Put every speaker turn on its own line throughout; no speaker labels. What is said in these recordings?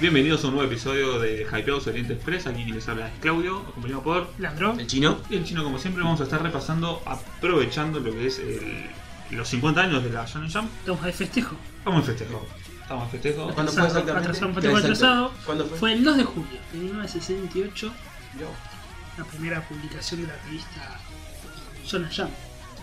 Bienvenidos a un nuevo episodio de Hypeados Oriente Express. Aquí quien les habla es Claudio, acompañado por
Leandro.
El chino.
y el chino. Como siempre, vamos a estar repasando, aprovechando lo que es el- los 50 años de la Shonen Jump.
Estamos de festejo.
Vamos en festejo. Estamos en festejo.
¿Cuándo fue
Atrasado,
exactamente?
atrasado, un poquito atrasado.
¿Cuándo fue?
Fue el 2 de julio de 1968,
Yo.
la primera publicación de la revista Shonen Jump.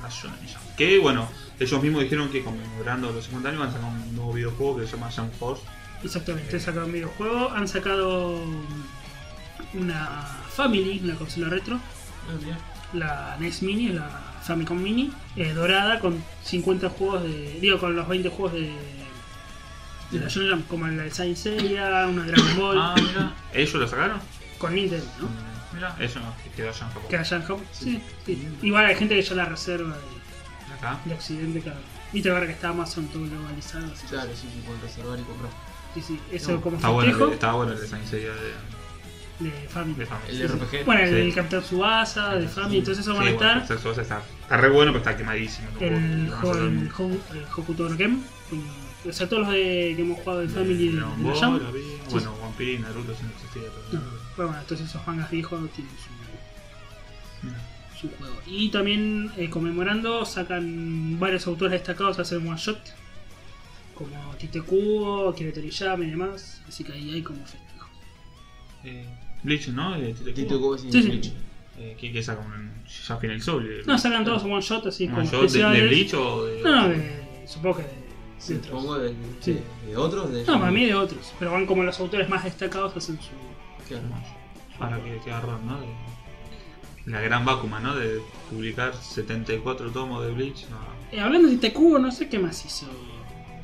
La Shonen Jump. Que bueno, ellos mismos dijeron que conmemorando los 50 años van a sacar un nuevo videojuego que se llama Jump Force.
Exactamente, sacaron videojuego, han sacado mm, una Family, la consola retro, Ah, la NES Mini, la Famicom Mini, eh, dorada con 50 juegos de. digo, con los 20 juegos de. de la Shonen Jump, como la de Saint Seiya, una Dragon Ball,
Ah, mira. ¿Ellos lo sacaron?
con Nintendo, ¿no?
Mira, eso no, que quedó allá en Japón.
Que haya en Japón. Sí, sí. Igual hay gente que ya la reserva de,
Acá.
de Occidente, claro. Viste ahora que está Amazon todo globalizado, así
Claro, sí, sí, pueden reservar y comprar.
que sí, eso
No,
como
Está
festejo
bueno, está bueno el design sería de,
de
de
Family.
Family.
El
Sí, sí.
RPG.
Bueno, el,
Sí.
Capitán Subasa, de Family, entonces eso van a
Sí, bueno,
estar.
el sexo base está, está re bueno, pero está quemadísimo. no puedo-
el,
no
juego-
sé,
el, Ho- el Hokuto no Ken, con- O sea, todos los de, que hemos jugado de Family de,
Dragon
de la
Ball,
Jump.
la vi,
Sí, Ah,
Bueno, One Piece, Naruto, eso no existía.
No,
pero-
no, bueno, entonces esos mangas viejos tienen su,
Mira.
su juego. Y también eh, conmemorando, sacan varios autores destacados, hacen one shot. Como Tite Kubo, Akira Toriyama y demás. Así que ahí hay como festejo.
Eh, Bleach, ¿no? Eh, Tite
Tito
Kubo.
Kubo sin
Sí, sí.
Bleach.
Eh, ¿Qué que saca? Un, ya finalizó. el-
No, sacan todos one shot así
¿Un
como
shot Ah, de, de
especiales.
Bleach o de.?
No, no, de- supongo que de, de otros.
Supongo de, de,
Sí.
de otros. De
No, para mí de otros. Pero van como los autores más destacados hacen su.
Claro.
Ahora que te agarran, ¿no? De- la gran vacuma, ¿no? De publicar 74 tomos de Bleach. No,
Eh, hablando de Tite Kubo, no sé qué más hizo.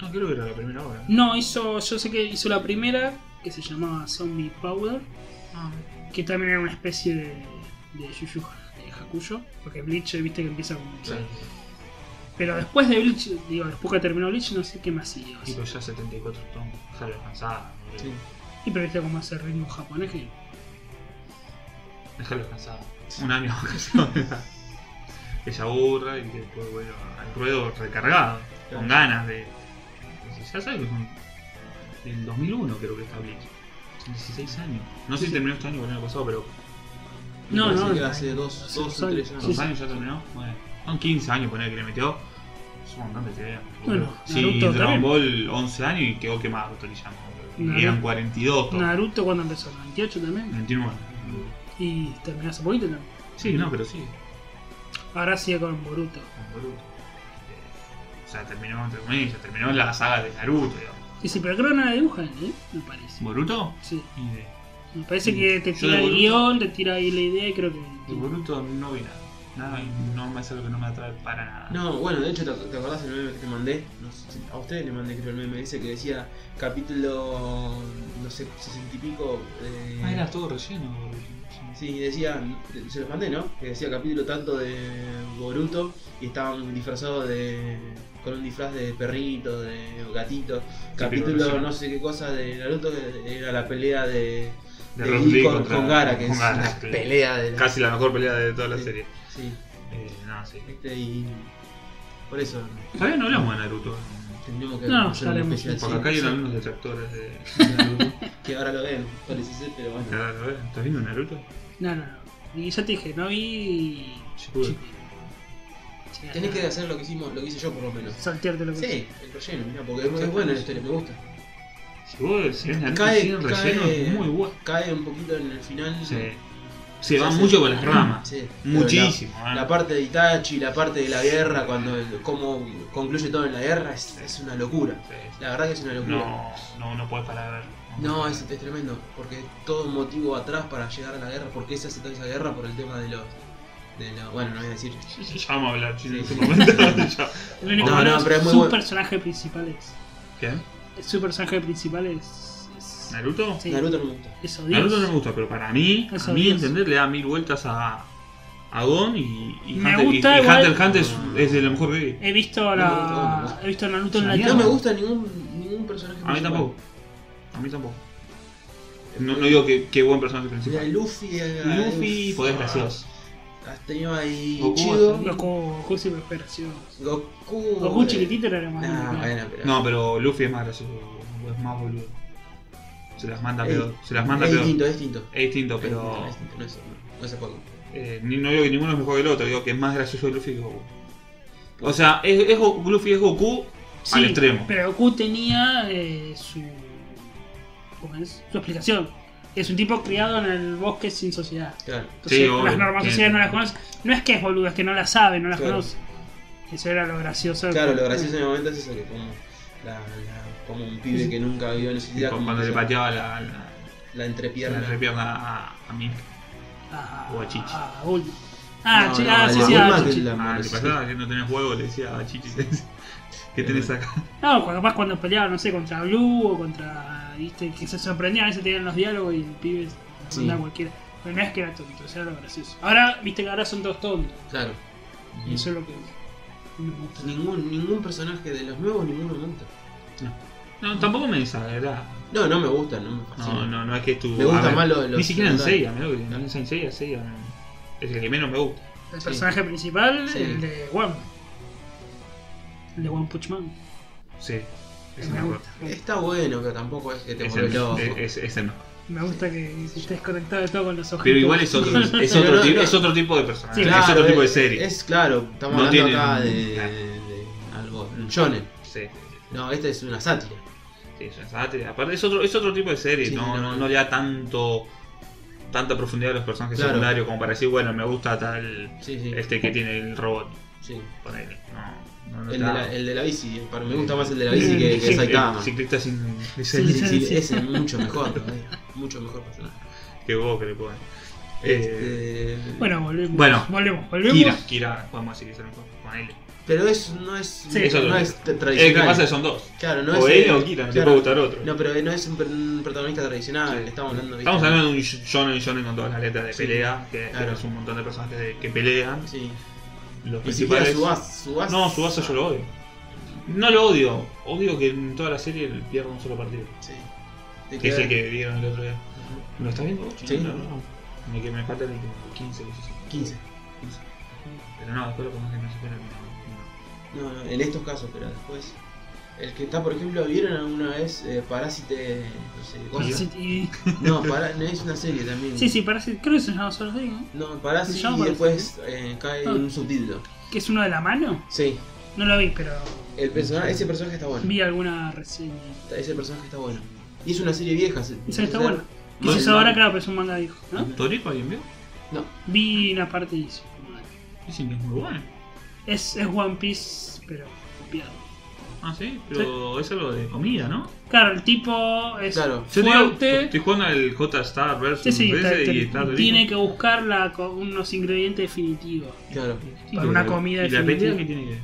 no creo que era la primera obra.
No, hizo. Yo sé que hizo la primera, que se llamaba Zombie Powder. Que también era una especie de. de Yuyu de Hakuyo. Porque Bleach, viste que empieza con.
Sí.
Pero después de Bleach, digo, después que terminó Bleach, no sé qué más siguió.
Tipo, ya 74 tomos. Ya lo alcanzaba. boludo.
Sí.
Y pero viste cómo hace el ritmo japonés que.
Déjalo descansar. Un año de vacaciones. que se aburra y que después vuelva al ruedo recargado, con
Claro.
ganas de. Entonces, ya sabes que es un. Del 2001 creo que está Bleach. Son 16 años. No sé si terminó este año o el año pasado, pero.
Me
pues
No,
parece
no,
que
no.
hace dos,
Hace
dos
dos
o tres
años.
años.
¿Dos años ya terminó? Bueno, son 15 años poner que le metió. Es un montón de tarea.
Bueno,
sí,
Naruto
Dragon
también.
Ball 11 años y quedó quemado Toriyama. boludo. Y
Naruto.
eran 42 todos.
Naruto cuando empezó, el 28 también.
29.
Y terminó hace poquito también.
Sí, no, pero sí.
Ahora sigue con Boruto.
con Boruto. Eh, O sea, terminó, entre comillas, terminó la saga de Naruto, digamos.
Y sí, pero creo que no la dibujan, ¿eh? Me parece.
¿Boruto?
Sí.
Y de,
Me parece que te
Yo
tira
de
el
Boruto-
guión, te tira ahí la idea y creo que.
de Boruto no vi nada. Nada, y no me hace algo que no me atrae para nada.
No, bueno, de hecho, ¿te, te acordás el meme que te mandé? No sé si- a ustedes le mandé, creo, el meme ese que decía capítulo, no sé, sesenta y pico. eh,
Ah, era todo relleno, Boruto.
Sí, decía, se los mandé, ¿no? Que decía capítulo tanto de Boruto y estaban disfrazados de. con un disfraz de perrito, de gatito.
pero
Capítulo
no sé.
no sé qué cosa de Naruto que era la pelea de.
De
de
Rock
Lee
Lee
con,
contra-
con Gara, que
con
es
Gaara,
una
sí.
pelea de.
Casi la mejor pelea de toda la
Sí.
serie.
Sí,
Eh, no, sí.
este y. por eso
Todavía no hablamos de Naruto.
tendríamos que
No,
hacer un
hablaremos.
especial.
Porque
sí,
acá hay
sí,
algunos detractores de de Naruto.
Que ahora lo ven, parece ser, pero bueno.
Claro, a ver, ¿Estás viendo Naruto?
No, no, no. Y ya te dije, no vi.
Shippuden.
Sí,
Tenés que hacer lo que hicimos, lo que hice yo por lo menos.
Saltearte lo que
Sí, el relleno, mirá, porque es, es buena la historia, me gusta.
Si vos si ves Naruto
Cae-
sin relleno,
cae-
es muy bueno.
Cae un poquito en el final.
Se, se va
hace-
mucho con las ramas.
Sí, pero
Muchísimo.
La,
¿eh?
la parte de Itachi, la parte de la guerra, cuando el- cómo concluye todo en la guerra, es, es una locura.
Sí.
La verdad que es una locura.
No, no, no puedes parar de verlo.
No, es, es tremendo, porque todo un motivo atrás para llegar a la guerra, porque se hace toda esa guerra por el tema de los. De los bueno, no voy a decir.
Ya vamos a hablar chino en su momento. Ya.
Lo único
No,
que
no,
es
pero es muy
su
bueno.
personaje principal es.
¿Qué?
Su personaje principal es. es-
¿Naruto?
sí,
Naruto no me gusta.
Es odioso.
Naruto no me gusta, pero para mí,
Es
a mí
odioso.
entender le da mil vueltas a, a Gon y, y
Me
Hunter, y-
gusta
y
igual-
Hunter x Hunter es, es de lo mejor que vi.
He visto
No me gusta, no me
la.
gusta.
He visto Naruto en la
Mierda.
No me
tele.
gusta ningún, ningún personaje
A mí
principal.
tampoco. A mí tampoco. No, no digo que, que buen personaje
Mira,
principal.
Luffy. eh,
Luffy,
eh,
podés
ah,
gracioso.
Has tenido ahí
Goku,
Chido.
hasta-
Goku, Goku siempre fue gracioso.
Goku.
Goku
eh, Ah,
chiquitito era más.
Nah,
grande, claro.
bueno, pero.
No, pero Luffy es más gracioso, es más boludo. se las manda
Ey,
peor. Se las manda
es
peor.
distinto, es distinto.
Es distinto,
Es
pero.
distinto, no es, no es el juego.
eh, ni- no digo que ninguno es mejor que el otro, digo que es más gracioso Luffy que Goku. O sea, es, es Go- Luffy es Goku
Sí,
al extremo.
Pero Goku tenía eh, su. ¿cómo es? su explicación. Es un tipo criado en el bosque sin sociedad.
Claro.
Entonces,
Sí, obvio,
las normas
bien.
sociales no las conoce. No es que es boludo, es que no las sabe, no las
Claro.
conoce. Eso era lo gracioso. de
Claro,
Goku.
lo gracioso en el momento es eso, que como, la, la- como un pibe que nunca vivió necesidad,
Tipo,
como
cuando
que
le
se-
pateaba la, la,
la
la
entrepierna.
entrepierna a, a Mink.
Ah,
O a Chichi.
Ah, Bulma. Ah,
No,
chi-
no,
ah,
la
sí,
de
sí, ah,
Bulma que
Chichi.
la-
Ah, le
sí.
pasaba que no tenía juego, le decía a Chichi que tenés acá.
No, cuando- capaz cuando peleaban, no sé, contra Blue o contra. ¿viste? Que se sorprendían, a veces tenían los diálogos y el pibe
Sí.
mandaba cualquiera. Pero no es que era tonto, eso era lo gracioso. Ahora, viste que ahora son dos tontos.
Claro. Mm.
Y eso es lo que. no me gusta.
Ningún, ningún personaje de los nuevos, ninguno me gusta.
No, tampoco me desagrada.
No, no me gusta, no me
No,
fascina.
no, no es que tu.
Me gusta
a ver,
más lo- los-
Ni siquiera en
los-
Seiya, mirá lo que- no en Seiya, Seiya mm, es el que menos me gusta.
El
Sí.
personaje principal,
Sí.
el de One. El de One Punch Man.
Sí, es el
me
mejor.
gusta.
Está bueno, pero tampoco es Este que te
Es
vuelve
el,
loco.
es- es el mejor.
Me gusta que estés conectado de todo con los ojos.
Pero igual es otro, es
Pero
otro,
no,
tipo,
no.
es otro tipo de personaje,
Sí.
es
Claro,
otro tipo de serie.
Es claro, estamos
No
hablando
tiene-
acá de,
Claro.
de algo, un shonen.
Sí,
No, esta es una sátira.
sí, es una sátira. Aparte es otro, es otro tipo de serie,
Sí,
no,
no,
no,
no.
no le da tanto tanta profundidad a los personajes
Claro.
secundarios como para decir, bueno, me gusta tal
Sí, sí.
este que tiene el robot,
sí.
ponele. No, no, no
El, de
está-
la, el de la bici, para- me gusta más el de la bici que, que
Sí.
Saitama.
el ciclista sin
Sí,
licencia
sí,
Sí,
sí,
sí.
ese es mucho mejor, eh, mucho mejor personaje.
que vos que le pones. Eh,
Este,
Bueno, volvemos.
Bueno.
volvemos, volvemos.
Kira, Kira, podemos decir que es el mejor, ponele.
pero es, no es,
Sí.
Eso
no
lo-
es t-
Eh, ¿Qué
tradicional.
pasa? Son dos.
Claro, no
o
es
él o Kira, no te
claro.
puede gustar otro.
No, pero no es un, per- un protagonista tradicional,
Sí.
estamos hablando de.
Estamos hablando de un shonen shonen con todas las letras de
Sí.
pelea, que
Claro.
es un montón de personajes de- que pelean.
Sí.
Los
Ni siquiera
principales.
Subasa. Subasa-
No, Subasa yo lo odio. No lo odio, odio que en toda la serie pierda un solo partido.
Sí. Te
Que es
queda-
el que vieron el otro día.
Ajá.
¿Lo estás viendo vos?
Sí.
No, no, no. Me, que me faltan como 15, 16.
15.
Pero no, después lo pongo que no se espera. no,
No, no, en estos casos, pero después. El que está, por ejemplo, ¿vieron alguna vez eh, Parásite? No sé, cosa?
Parasite y-
No, para, no es una serie también.
Sí, sí, Parasite. Creo que se llama solo así, ¿no?
No,
¿Se
Parásite
llama
y después eh, cae en
Ah.
un subtítulo.
Que es uno de la mano.
Sí,
No lo vi, pero
el personaje, ese personaje está bueno.
vi alguna reseña.
Ese personaje está bueno. Y es una serie vieja. se-
Esa está
o sea,
buena. Que
no
se
es
hizo ahora,
manga.
claro, pero es un manga viejo, ¿no?
no. ¿Toriko alguien vio?
No,
Vi una parte y sí.
Dicen que es muy bueno.
Es, es One Piece, pero copiado.
Ah, sí, pero es algo de comida, ¿no?
Claro, el tipo es
Claro.
Yo te digo,
fuerte.
estoy jugando el J-Star versus
Sí, sí,
ese
está-
y
está-
está Toriko.
tiene que buscar la co- unos ingredientes definitivos.
claro.
Para una comida
¿Y la pelea
definitiva.
que tiene que ver?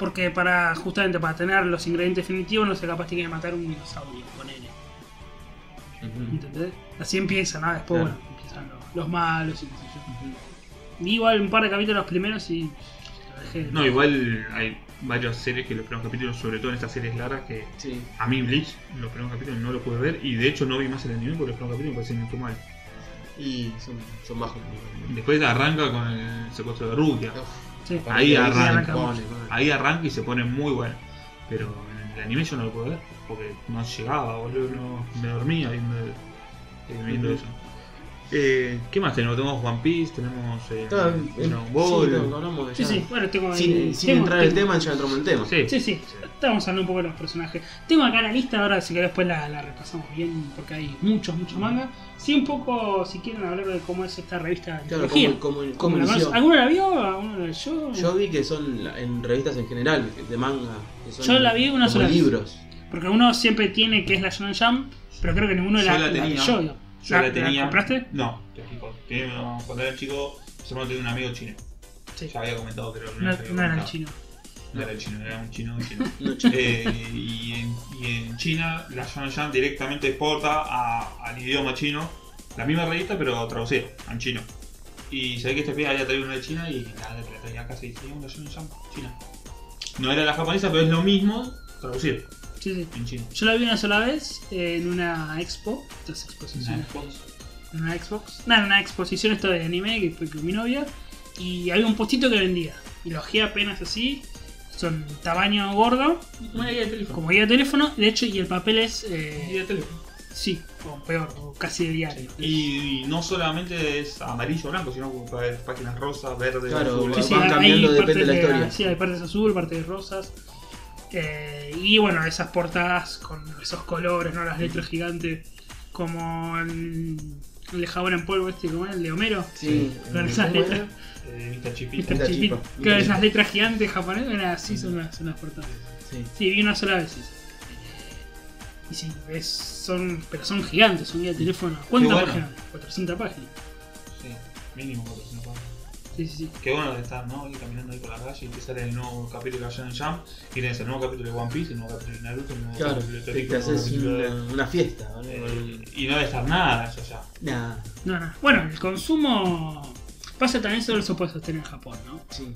Porque para justamente para tener los ingredientes definitivos no sé, capaz tiene que matar un dinosaurio, ponele.
Ujú.
¿Entendés? Así empieza, ¿no? Después,
Claro.
bueno, empiezan los, los malos y qué sé yo. Vi igual un par de capítulos primeros y lo dejé.
No, igual hay varias series que los primeros capítulos, sobre todo en estas series largas, que
Sí.
a mí Bleach, los primeros capítulos no lo pude ver y de hecho no vi más el anime porque los primeros capítulos me parecían muy mal.
Y son, son bajos.
Después arranca con el secuestro de Rukia.
Sí.
Ahí arranca.
Pone, pone.
Ahí arranca y se pone muy bueno. Pero en el anime yo no lo pude ver porque no llegaba, boludo, no, me dormía viendo, el- eh, viendo
Ujú.
eso. Eh, ¿Qué más tenemos? Tenemos One Piece, tenemos eh,
Claro, eh,
Dragon
sí,
Ball.
no, no hablamos de
Sí,
ya.
sí, bueno, tengo
Sin,
ahí-
sin
tengo-
entrar en el
tengo-
tema, ya entramos en el tema.
Sí.
Sí, sí, estamos hablando un poco de los personajes. Tengo acá la lista, ahora si que después la, la repasamos bien, porque hay muchos, muchos mangas. Sí, un poco, si quieren hablar de cómo es esta revista de
Claro,
antología.
como, como,
¿Cómo
como
la
inició.
conoce? ¿Alguno la vio? ¿Alguno la leyó?
Yo vi que son la- en revistas en general, de manga. que son
Yo la vi una
como
sola vez.
libros.
Porque uno siempre tiene que es la Shonen Jump, pero creo que ninguno
Yo
la,
la tenía.
leyó, digo.
Yo la, tenía.
compraste?
No, te explico. Tenía- Cuando era chico, su hermano tenía un amigo chino.
Sí.
Ya había comentado, pero no,
No,
les había
no era el
comentado.
chino.
No era el chino, era un chino. un chino.
No, che,
Eh, y, en, y en China, la Shonen Jump directamente exporta a- al idioma chino la misma revista, pero traducida en chino. Y sabés que este pibe había traído una de China y nada, la traía acá y decía una Shonen Jump china. No era la japonesa, pero es lo mismo traducido
Sí, sí.
en chino.
Yo la vi una sola vez eh, en una expo, estas exposiciones. En una Xbox. Nada, en una exposición esto de anime que fue con mi novia. Y había un postito que vendía. Y lo ojé apenas así. Son tamaño gordo,
Como una guía de teléfono.
como guía de teléfono. De hecho, y el papel es. eh,
Guía de teléfono.
Sí, o peor, o casi de diario.
Y, y no solamente es amarillo o blanco, sino que puede haber páginas rosas, verdes,
Claro,
azules.
Sí, sí,
van
hay
cambiando, depende
partes
de la historia.
Sí, hay partes azul, partes rosas. Eh, y bueno, esas portadas con esos colores, ¿no? Las letras gigantes. Como el, el de jabón en polvo este, como el de Homero.
Sí,
Con
eh,
esas
¿cómo
letras.
era?
Eh, vista chipita.
Mr.
Mr.
Chipit.
Chipa, Mr.
Claro, esas
Chipa.
letras gigantes japonesas. Bueno, así son las, son las portadas.
Sí.
Sí, vi una sola vez. esa. Y sí, es- son, pero son gigantes, un día de teléfono. ¿Cuántas
bueno.
páginas? 400 páginas.
Sí, mínimo 400 páginas.
Sí, sí, sí.
Qué bueno de estar, ¿no? Ahí caminando ahí por la calle y te sale el nuevo capítulo de Shonen Jump y tenés el nuevo capítulo de One Piece, el nuevo capítulo de Naruto, el nuevo
Claro,
capítulo de
te,
Toriko, el nuevo
haces
capítulo de-
una, una fiesta, ¿vale?
Eh, Y no debe estar nada eso ya.
Nah,
No, no. Bueno, el consumo pasa también sobre los opuestos tener en Japón, ¿no?
sí.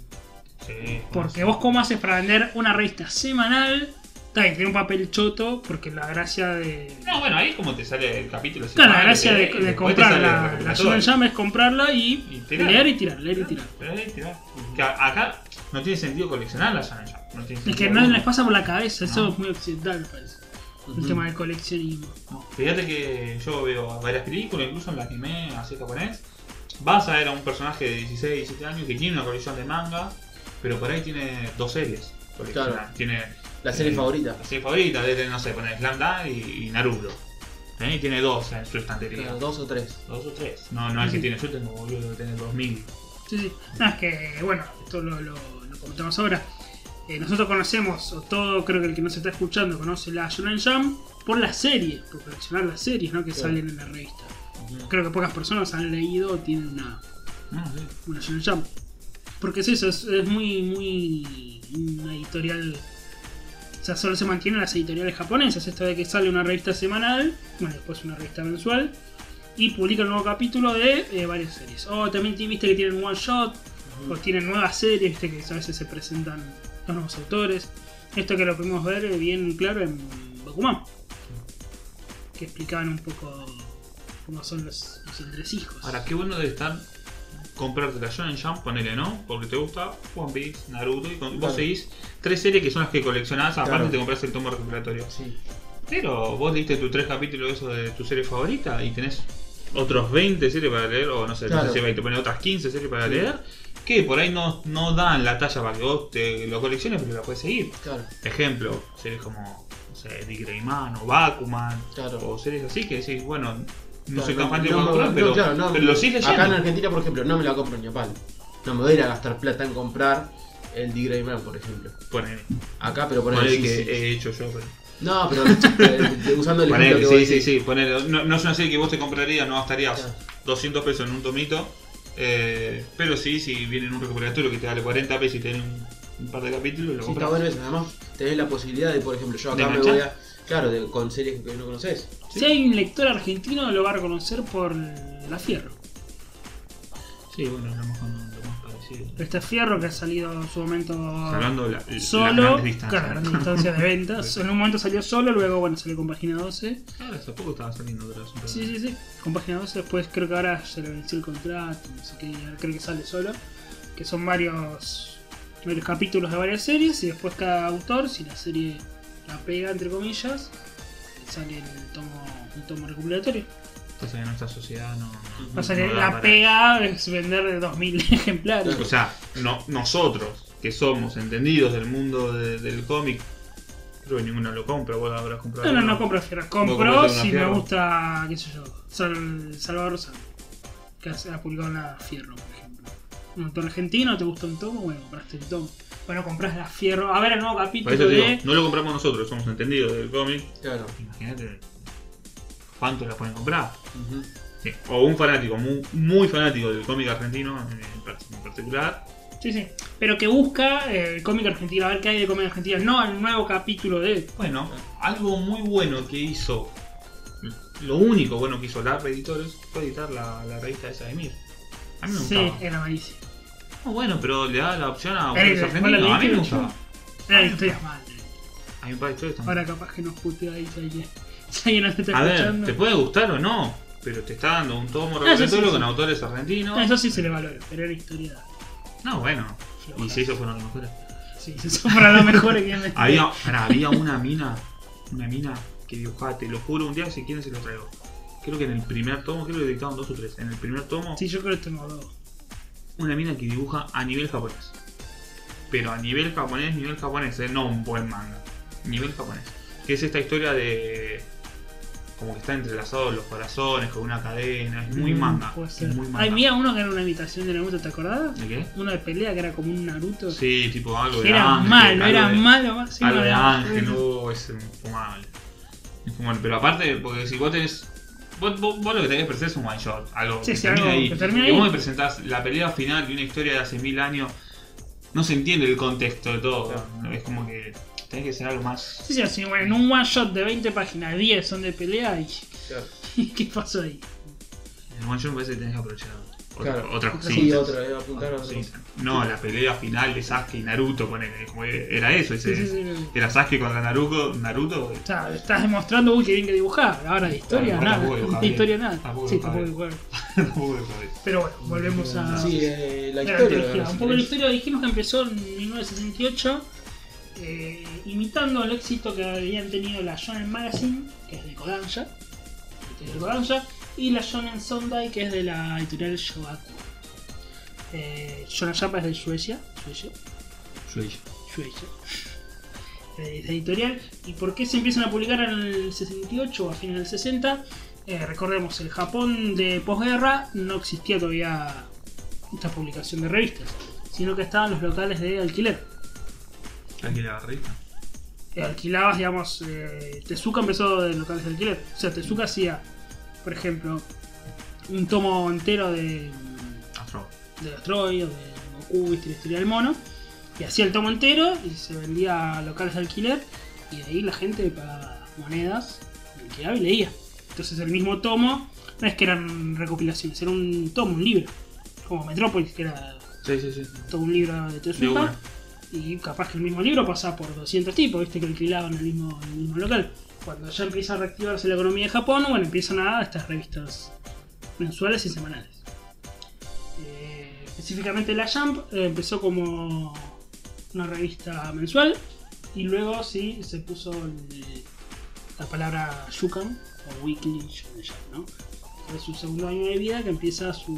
Sí,
Porque
no sé.
vos cómo haces para vender una revista semanal, está bien, tiene un papel choto, porque la gracia de...
No, bueno, ahí es como te sale el capítulo.
Claro, la
semanal,
gracia de,
eh,
de
después te
comprar
sale el
la, la
recopilatorio.
Shonen Jam es comprarla y,
Y tirar.
leer y tirar, leer y tirar.
Pero ahí te va. Que a- acá no tiene sentido coleccionar la Shonen Jump. No tiene
Es
sentido
que no
alguno.
les pasa por la cabeza, eso
No.
es muy occidental, me parece. El
Ujú.
tema del coleccionismo.
No. Fíjate que yo veo varias películas, incluso en el anime, así japonés. Vas a ver a un personaje de 16, 17 años que tiene una colección de manga, pero por ahí tiene dos series. coleccionadas.
Claro.
Tiene
La serie
Eh,
favorita.
la serie favorita, de, no sé, poner Slam Dunk y, y Naruto. ¿Eh? Tiene dos en su estantería.
Claro, dos o tres.
Dos o tres. No, no es que tiene, yo tengo boludo que tener 2000.
Sí, sí. No, es que, bueno, esto lo, lo, lo comentamos ahora. Eh, nosotros conocemos, o todo, creo que el que nos está escuchando conoce la Shonen Jam por las series, por coleccionar las series ¿no? que
Claro.
salen en la revista. Creo que pocas personas han leído o tienen una,
No, sí.
una Shonen Jam. Porque es eso, es, es muy, muy. Una editorial. O sea, solo se mantienen las editoriales japonesas. Esto de que sale una revista semanal, bueno, después una revista mensual, y publica un nuevo capítulo de eh, varias series. O también ti- viste que tienen one shot, o tienen nuevas series, viste que a veces se presentan los nuevos autores. Esto que lo pudimos ver eh, bien claro en Bakuman, que explicaban un poco cómo son los, los entresijos.
Ahora, qué bueno de estar comprarte la Shonen Jump, ponele, ¿no? Porque te gusta One Piece, Naruto y con- vos
Claro.
seguís tres series que son las que coleccionás, aparte
Claro.
te compras el tomo recopilatorio.
Sí.
Pero vos leíste tus tres capítulos esos de tu serie favorita y tenés otros 20 series para leer, o no sé,
Claro.
no sé si 20, ponés otras 15 series para
Sí.
leer, que por ahí no, no dan la talla para que vos te lo colecciones, pero la puedes seguir.
Claro,
Ejemplo, series como, no sé, Dick Grayman o Bakuman,
claro.
o series así que decís, bueno, no soy
Claro,
tan fan de
no,
Coca-Cola,
no,
pero,
claro, no,
pero lo sigue
Acá en
leyendo.
Argentina, por ejemplo, no me la compro ni a palo. No me voy a ir a gastar plata en comprar el D. Grey Man, por ejemplo.
Ponele,
Acá, pero por
ponele
ahí.
que he hecho yo, pero.
No, pero eh, usando el ejemplo
Ponele,
que vos
sí, sí,
decís.
sí, ponele. No, no es una serie que vos te comprarías, no gastarías
Claro.
200 pesos en un tomito. eh, pero sí, si viene en un recopilatorio que te vale 40 pesos y tenés un, un par de capítulos, lo
Sí, está
compras.
bueno eso. Además, tenés la posibilidad de, por ejemplo, yo
¿De
acá me
manchar?
voy a. Claro, de- con series que no conoces.
Si hay un lector argentino, lo va a reconocer por La Fierro.
Sí, bueno, a lo mejor no lo más parecido.
Este Fierro que ha salido en su momento
Hablando de la, de las
solo,
grandes distancias.
claro, grandes distancias de ventas. En un momento salió solo, luego bueno, salió con página 12.
Claro, hace poco estaba saliendo otra vez.
Sí, sí, sí, con página 12. Después creo que ahora se le venció el contrato, no sé qué, y ahora creo que sale solo. Que son varios, varios capítulos de varias series y después cada autor, si la serie la pega, entre comillas, sale el tomo, un tomo recopilatorio.
Pasa que en nuestra sociedad no. no-
Pasa
no
que
da
la
para-
pega es vender de 2.000 ejemplares.
O sea, no, nosotros, que somos entendidos del mundo de- del cómic, creo que ninguno lo compra, vos lo habrás comprado.
No, no,
alguno.
no compro fierro.
¿Vos
Compro
compraste una
si me
fierro?
gusta, qué sé yo, Sal- Salvador San. Que hace- ha publicado la fierro, por ejemplo. Un autor argentino, te gusta un tomo, bueno, compraste el tomo. Bueno, compras la fierro. A ver el nuevo
Por
capítulo
eso te digo,
de.
no lo compramos nosotros, somos entendidos del cómic.
Claro.
Imagínate cuánto la pueden comprar.
Ujú.
Sí, O un fanático, muy, muy fanático del cómic argentino en par- en particular.
Sí, sí. Pero que busca eh, el cómic argentino, a ver qué hay de cómic argentino. No el nuevo capítulo de.
Bueno, algo muy bueno que hizo, lo único bueno que hizo la Editores fue editar la, la revista esa de Mir. A mí me
Sí,
gustaba.
era malísimo.
No, Ah, bueno, pero le da la opción a
Eh,
autores
¿cuál
argentinos.
la
A mí me
leíste,
gustaba.
Era historias mal.
A mí me parece esto.
Ahora capaz que nos putea ahí si alguien- si alguien nos está
A ver,
escuchando.
te puede gustar o no, pero te está dando un tomo
Ah, sí, sí,
recopilatorio
sí.
con autores
No,
argentinos.
eso sí se le valora, pero era historia.
No, bueno. Y si ellos fueron los mejores.
Sí, se son para lo mejor que me
Había, pará, había una mina, una mina que dibujaste, lo juro, un día si quieren se lo traigo. Creo que en el primer tomo, creo que editaron dos o tres. En el primer tomo,
Sí, yo creo que tengo dos.
una mina que dibuja a nivel japonés. Pero a nivel japonés, nivel japonés, eh, no un buen manga. Nivel japonés. Que es esta historia de. Como que está entrelazados los corazones con una cadena. Es muy
Mm,
manga.
puede
es
ser.
muy manga.
Ay, mira, uno que era una imitación de Naruto, ¿te acordás?
¿De qué?
Uno de pelea que era como un Naruto.
Sí, tipo algo de
Era
ángel,
malo,
algo
era
de-
malo. más- sí,
algo
no,
de
era-
ángel, no, es infumable. Infumable. Pero aparte, porque si vos tenés. Vos, vos- vos lo que tenés que presentar es un one shot, algo
Sí,
que
sí,
termine
algo
ahí.
que termine
Y vos
ahí.
me presentás la pelea final de una historia de hace mil años, no se entiende el contexto de todo.
Claro.
Es como que tenés que ser algo más.
Sí, sí, así, bueno, en un one shot de 20 páginas, 10 son de pelea
Claro.
y. ¿Qué pasó ahí?
El one shot me parece que tenés que aprovechar otra,
Claro.
otras
Sí,
cositas.
otra, iba a apuntar a otra
Sí.
cosa.
No, la pelea final de Sasuke y Naruto, ponele, como que era eso, ese,
Sí, sí, sí, no.
era Sasuke contra Naruto, Naruto
O sea, estás demostrando, uy, que bien que dibujar. Ahora de historia,
Claro,
nada.
tampoco dibujar
De
bien.
historia, nada.
Tampoco
sí,
dibujar
tampoco
bien.
dibujar.
Tampoco me parece.
Pero bueno, volvemos a.
Sí, eh, la
a la
historia.
trilogía.
si
Un poco la
querés.
historia dijimos que empezó en 1968, eh, imitando el éxito que habían tenido la Shonen Magazine, que es de Kodansha, que es de Kodansha, y la Shonen Sunday, que es de la editorial Shogaku. Eh, Shonen Jump es de Suecia, Suecia, Suecia. Eh, esa editorial. ¿Y por qué se empiezan a publicar en el 68 o a fines del 60? Eh, recordemos, el Japón de posguerra no existía todavía esta publicación de revistas, sino que estaban los locales de alquiler.
Tranquila, barrita.
Eh, alquilabas, digamos, eh, Tezuka empezó de locales de alquiler. O sea, Tezuka hacía, por ejemplo, un tomo entero de,
Afro.
de los Troy o de Goku, viste, la historia del mono. Y hacía el tomo entero y se vendía a locales de alquiler. Y de ahí la gente pagaba monedas, alquilaba y leía. Entonces el mismo tomo, no es que eran recopilaciones, era un tomo, un libro. Como Metrópolis, que era
Sí, sí, sí.
todo un libro de
De
Tezuka.
una.
Y capaz que el mismo libro pasaba por 200 tipos, viste que alquilaban el mismo, el mismo local. Cuando ya empieza a reactivarse la economía de Japón, bueno, empiezan a dar estas revistas mensuales y semanales. Eh, específicamente la Jump eh, empezó como una revista mensual y luego sí se puso el- la palabra Shukan o Weekly Shonen Jump, ¿no? Es su segundo año de vida que empieza su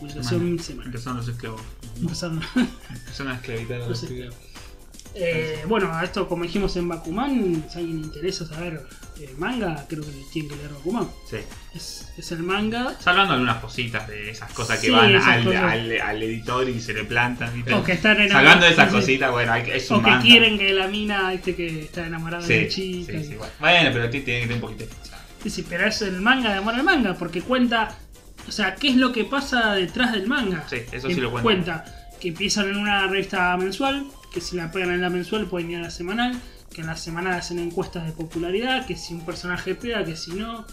publicación semanal.
Empezaron los esclavos.
Empezaron-
Empezaron a esclavitar a
no
los
sé.
esclavos.
Pues Eh, bueno, a esto como dijimos en Bakuman, si alguien le interesa saber el manga, creo que tienen que leer Bakuman.
Sí.
Es, es el manga,
Salvando algunas cositas de esas cosas que
Sí,
van
esas
al,
cosas.
al- al editor y se le plantan. ¿viste?
o que están enamorados.
Salvando esas
sí, sí.
cositas, bueno, hay que- es un
O que
manga.
quieren que la mina este que está enamorada de
Sí,
la
sí,
chica. y-
sí, bueno. Bueno, pero tiene que tener un poquito de ficha.
Sí, sí, pero es el manga de amor al manga, porque cuenta, o sea, qué es lo que pasa detrás del manga.
Sí, eso sí
Que
lo cuento.
Cuenta que empiezan en una revista mensual, que si la pegan en la mensual pueden ir a la semanal, que en la semanal hacen encuestas de popularidad, que si un personaje pega, que si no,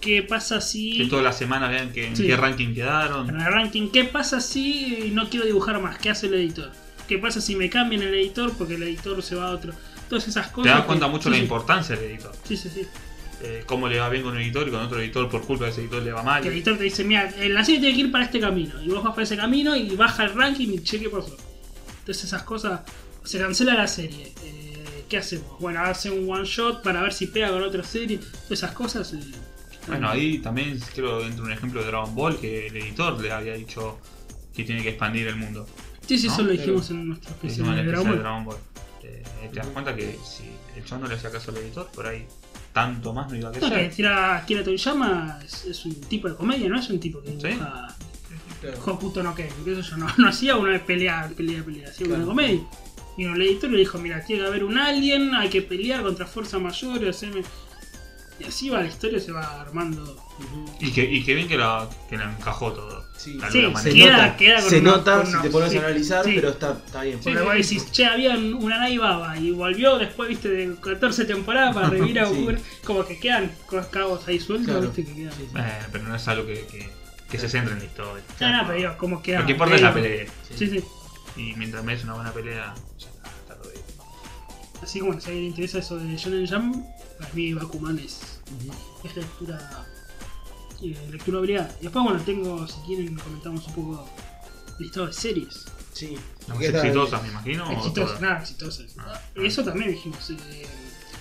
qué pasa
Que
si...
toda la semana vean que, en
Sí.
qué ranking
En
quedaron.
el ranking, ¿qué pasa si no quiero dibujar más? ¿Qué hace el editor? ¿Qué pasa si me cambian el editor porque el editor se va a otro? Todas esas
Te
cosas...
das
que-
cuenta mucho
sí,
la
sí.
importancia del editor.
Sí, sí, sí.
Eh, cómo le va bien con un editor y con otro editor por culpa de ese editor le va mal.
Que el editor te dice, mira, la serie tiene que ir para este camino. Y vos vas para ese camino y baja el ranking y cheque por favor. Entonces esas cosas, se cancela la serie. Eh, ¿Qué hacemos? Bueno, hace un one shot para ver si pega con otra serie. Todas esas cosas. eh,
Bueno, ahí también creo que entra un ejemplo de Dragon Ball que el editor le había dicho que tiene que expandir el mundo.
Sí, sí,
¿no?
eso lo dijimos en nuestra
Es
especial
una
de
especial
Dragon
de
Ball.
Dragon Ball. Eh, te das cuenta que si el chabón no le hacía caso al editor, por ahí tanto más no iba a
No, que
crecer.
Akira, Akira Toriyama es, es un tipo de comedia, no es un tipo que
Sí.
dibuja
Claro.
Hokuto no Ken, que eso yo no, no hacía una pelea, pelea, pelea, hacía una
Claro.
comedia. Y el editor le dijo, mira, tiene que haber un alien, hay que pelear contra fuerza mayor, y haceme... Y así va la historia, se va armando.
Ujú.
Y que, y que bien que la, que la encajó todo.
Sí.
De alguna
Sí,
manera.
Se
queda-
nota,
queda con
se
unos-
nota
con
si
unos-
te pones
sí,
a analizar,
sí.
pero está, está bien.
Porque vos decís, che, había un- una nai baba y volvió después, viste, de 14 temporadas para revivir a
Sí.
Goku. Como que quedan cos- cabos ahí sueltos,
Claro.
viste, que quedan.
Sí, sí.
Eh, pero no es algo que, que- que se centre en la historia.
Ya, nada, pero digo, como queda.
Lo que importa es la pelea.
Sí, sí.
Y mientras me des una buena pelea, ya está, está todo bien.
Así que bueno, si a alguien le interesa eso de Shonen Jump, para mí Bakuman es,
Ujú.
es lectura, eh, lectura obligada. Y después, bueno, tengo, si quieren, comentamos un poco listado de series.
Sí.
Las más
¿Qué tal?
exitosas, me imagino. o
exitosas,
todas.
nada, exitosas.
Ah.
Eso también dijimos. eh,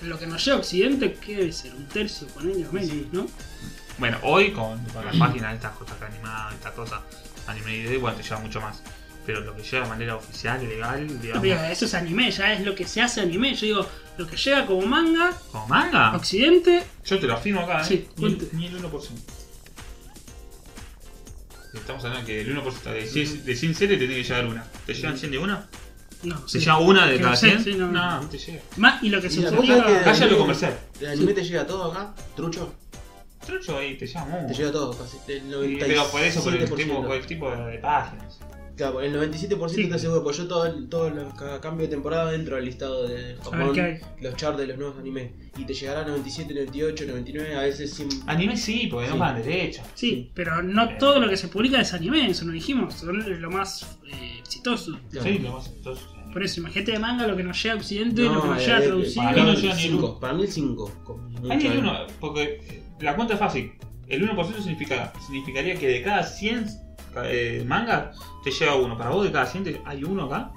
lo que nos lleva a Occidente, ¿qué debe ser? Un tercio, ponele o menos,
Sí.
¿no?
Bueno, hoy con, con las páginas de estas cosas que animadas, estas cosas anime y de bueno, te lleva mucho más. Pero lo que llega de manera oficial, legal,
Digo,
digamos,
eso es anime, ya es lo que se hace anime. Yo digo, lo que llega como manga,
como manga,
Occidente,
yo te lo afirmo acá, ¿eh?
Sí,
ni, el-
cuente.
ni el 1%. Estamos hablando que el 1% de 100, de 100 series te tiene que llegar una. ¿Te llegan 100 de una?
no,
¿Se
sí.
llega una de
Que
cada
no sé,
100?
sí,
no,
no.
no, te llega.
Más, y lo que
Y
se
la
publica.
cosa es
Allá Ah, lo comercial.
¿El anime te llega todo acá? ¿Trucho?
Trucho ahí, te llega
Te
mucho.
llega todo, casi. El
Y-
97%.
Pero por eso, por el pues. tipo, por el tipo de, de páginas.
Claro, el 97%
Sí.
te seguro, porque yo todo- todos los ca- cambios de temporada dentro del listado de
A ver
Japón,
qué hay.
los charts de los nuevos animes. Y te llegará 97, 98, 99, a veces 100.
Anime sí, porque no
Sí.
van derecho.
Sí, pero
Eh.
no todo lo que se publica es anime, eso lo dijimos. Son lo más eh, exitoso.
Claro.
Sí, lo más entonces.
Por eso, imagínate de manga lo que nos llega a Occidente, lo que nos
eh,
llega a
eh,
traducir.
para
mí
no
el
llega ni el
cinco,
uno.
Para mí el 5. con
Ahí
mucho
hay
ánimo.
uno, porque eh, la cuenta es fácil. El 1% significa, significaría que de cada 100 eh, mangas te llega uno. Para vos, de cada 100 te- hay uno acá.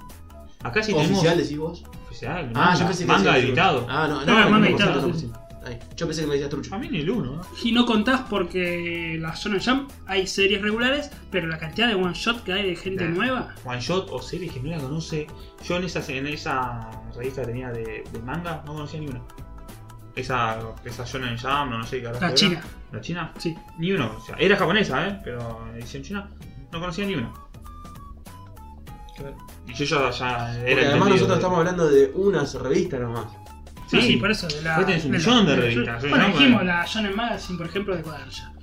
Acá sí
¿Oficial
tenemos.
decís vos?
Oficial.
Ah, yo
manga,
pensé que
Manga
decías-
editado.
Ah, no, no,
No, manga
no,
editado,
no,
sí.
no, Ahí, Yo pensé que me decías trucho.
A mí ni el uno, ¿no?
Y no contás porque la Shonen Jump hay series regulares, pero la cantidad de one shot que hay de gente
Nah.
nueva.
One Shot o series que no la conoce. Yo en esa, en esa revista que tenía de, de manga no conocía ni una. Esa, esa Shonen Jam, no sé qué carajo
La
era.
China,
La China,
sí.
ni una conocía. Era japonesa, ¿eh? Pero en edición china no conocía ni una. Y yo ya, ya era
Porque además
entendido
nosotros
de-
estamos hablando de unas revistas nomás.
Sí, Ah, sí, por eso. De la,
Vos tenés Este un
de la-
millón de
la-
revistas, ¿eh?
Bueno,
¿no?
dijimos la Shonen Magazine, por ejemplo, de Kodansha.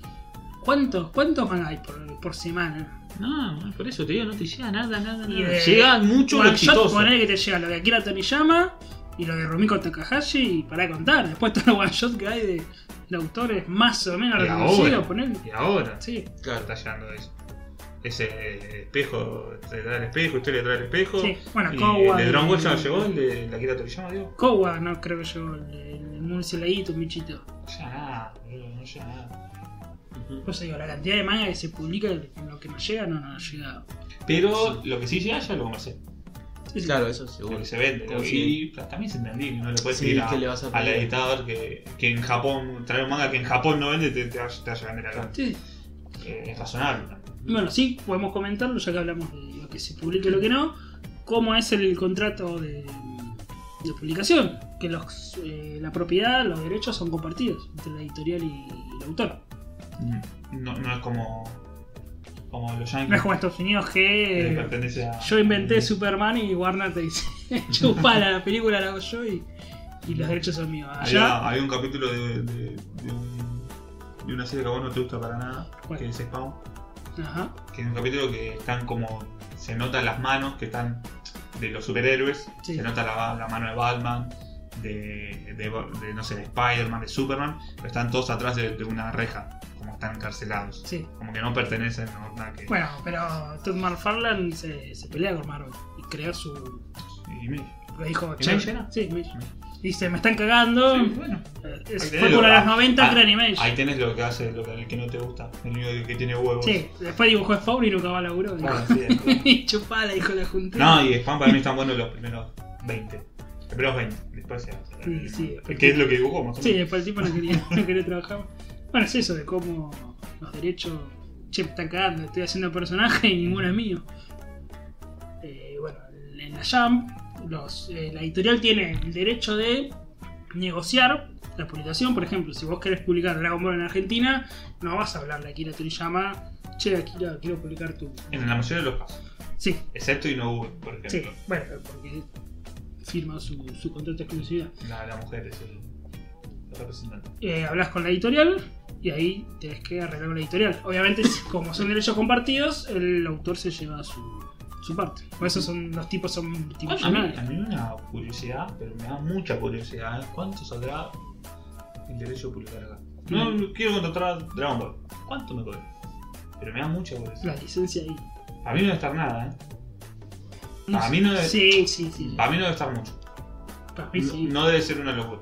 ¿Cuántos, cuántos mangas hay por, por semana?
No, por eso te digo, no te llega nada, nada,
Y
nada.
de-
Llega mucho lo
one shot,
exitoso.
ponele que te llega lo de Akira Toriyama y lo de Rumiko Takahashi, y para de contar. Después todo el one shot que hay de, de autores más o menos
Y ahora.
reconocidos, ponele.
Y ahora,
Sí.
Claro.
está llegando eso. Ese eh, espejo, detrás del espejo, historia detrás del espejo.
Sí, bueno,
Y
Kowa.
el de Dragon Ball ya
y-
no llegó, el de la Kira Toriyama, digo.
Kowa, no creo que llegó. El, el Murcielaguito, un bichito.
Ya nada, boludo, no llega nada.
Por eso digo, la cantidad de manga que se publica, lo que nos llega, no nos llega.
Pero lo que sí llega ya lo comercié.
Sí, sí.
Claro, eso
Lo
seguro.
que se vende.
Como
lo-
si-
Y pero también es entendible, no le puedes
Sí,
decir a-
¿qué le vas a
al
pedir?
editador que, que en Japón, traer un manga que en Japón no vende, te, te, va, te va a vender acá.
Sí.
Eh, es razonable. ¿no?
Bueno, sí, podemos comentarlo, ya que hablamos de lo que se publica y lo que no. ¿Cómo es el contrato de, de publicación? Que los, eh, la propiedad, los derechos son compartidos entre la editorial y el autor.
Mm. No, no es como, como los
No es
Yankees
como Estados Unidos
que
que. eh,
pertenece a.
Yo inventé Superman y Warner te dice: Chupa la película, la hago yo y, y los derechos son míos. Allá.
Había, había un capítulo de, de- de un- de una serie que a vos no te gusta para nada,
¿Cuál?
que es Spawn.
Ajá.
que es un capítulo que están como. Se notan las manos que están de los superhéroes.
Sí.
Se nota la, la mano de Batman, de, de, de, no sé, de Spider-Man, de Superman, pero están todos atrás de, de una reja, como están encarcelados.
Sí.
Como que no pertenecen a nada que.
Bueno, pero Todd McFarlane se, se pelea con Marvel y creó su.
Y me-
Lo dijo
¿En
"Che,
Image?
Sí, Image. Dice: Me están cagando.
Sí, bueno.
Eh, es-
Ahí tenés
fue
lo
por
que-
las 90
ah,
que era Animation.
Ahí tenés lo que hace lo que, el que no te gusta, el único que tiene huevos.
Sí, después dibujó Spawn y nunca va a laburo.
Ah, sí.
Y chupala, dijo la junta.
No, y Spam para mí están buenos los primeros 20. Los primeros 20, después se
Sí, sí.
Que es lo que dibujó más o
Sí,
menos.
después el tipo no quería, no quería trabajar. Bueno, es eso de cómo los derechos. Che, me están cagando, estoy haciendo personaje y ninguno es mío. Eh, bueno, en la Jam, los, eh, la editorial tiene el derecho de negociar la publicación. Por ejemplo, si vos querés publicar Dragon Ball en Argentina, no vas a hablarle a Akira Toriyama. Che, Akira, quiero publicar tu.
En la mayoría de los casos.
Sí,
Excepto Inoue, por ejemplo.
Sí, bueno, porque firma su, su contrato de exclusividad.
La, la mujer es el, el representante.
Eh, hablas con la editorial y ahí tenés que arreglar con la editorial. Obviamente, si- como son derechos compartidos, el autor se lleva su, su parte. Por eso son, los tipos son
A mí, a
multimillonarios.
mí una curiosidad, pero me da mucha curiosidad. ¿eh? ¿Cuánto saldrá el derecho de publicar acá? No, no quiero contratar Dragon Ball. ¿Cuánto me cobra? Pero me da mucha
La
curiosidad.
licencia ahí.
A mí no debe estar nada, ¿eh?
No
A
sé.
mí no debe,
Sí, sí, sí.
a mí no debe estar mucho.
Para mí sí.
No, no debe ser una locura.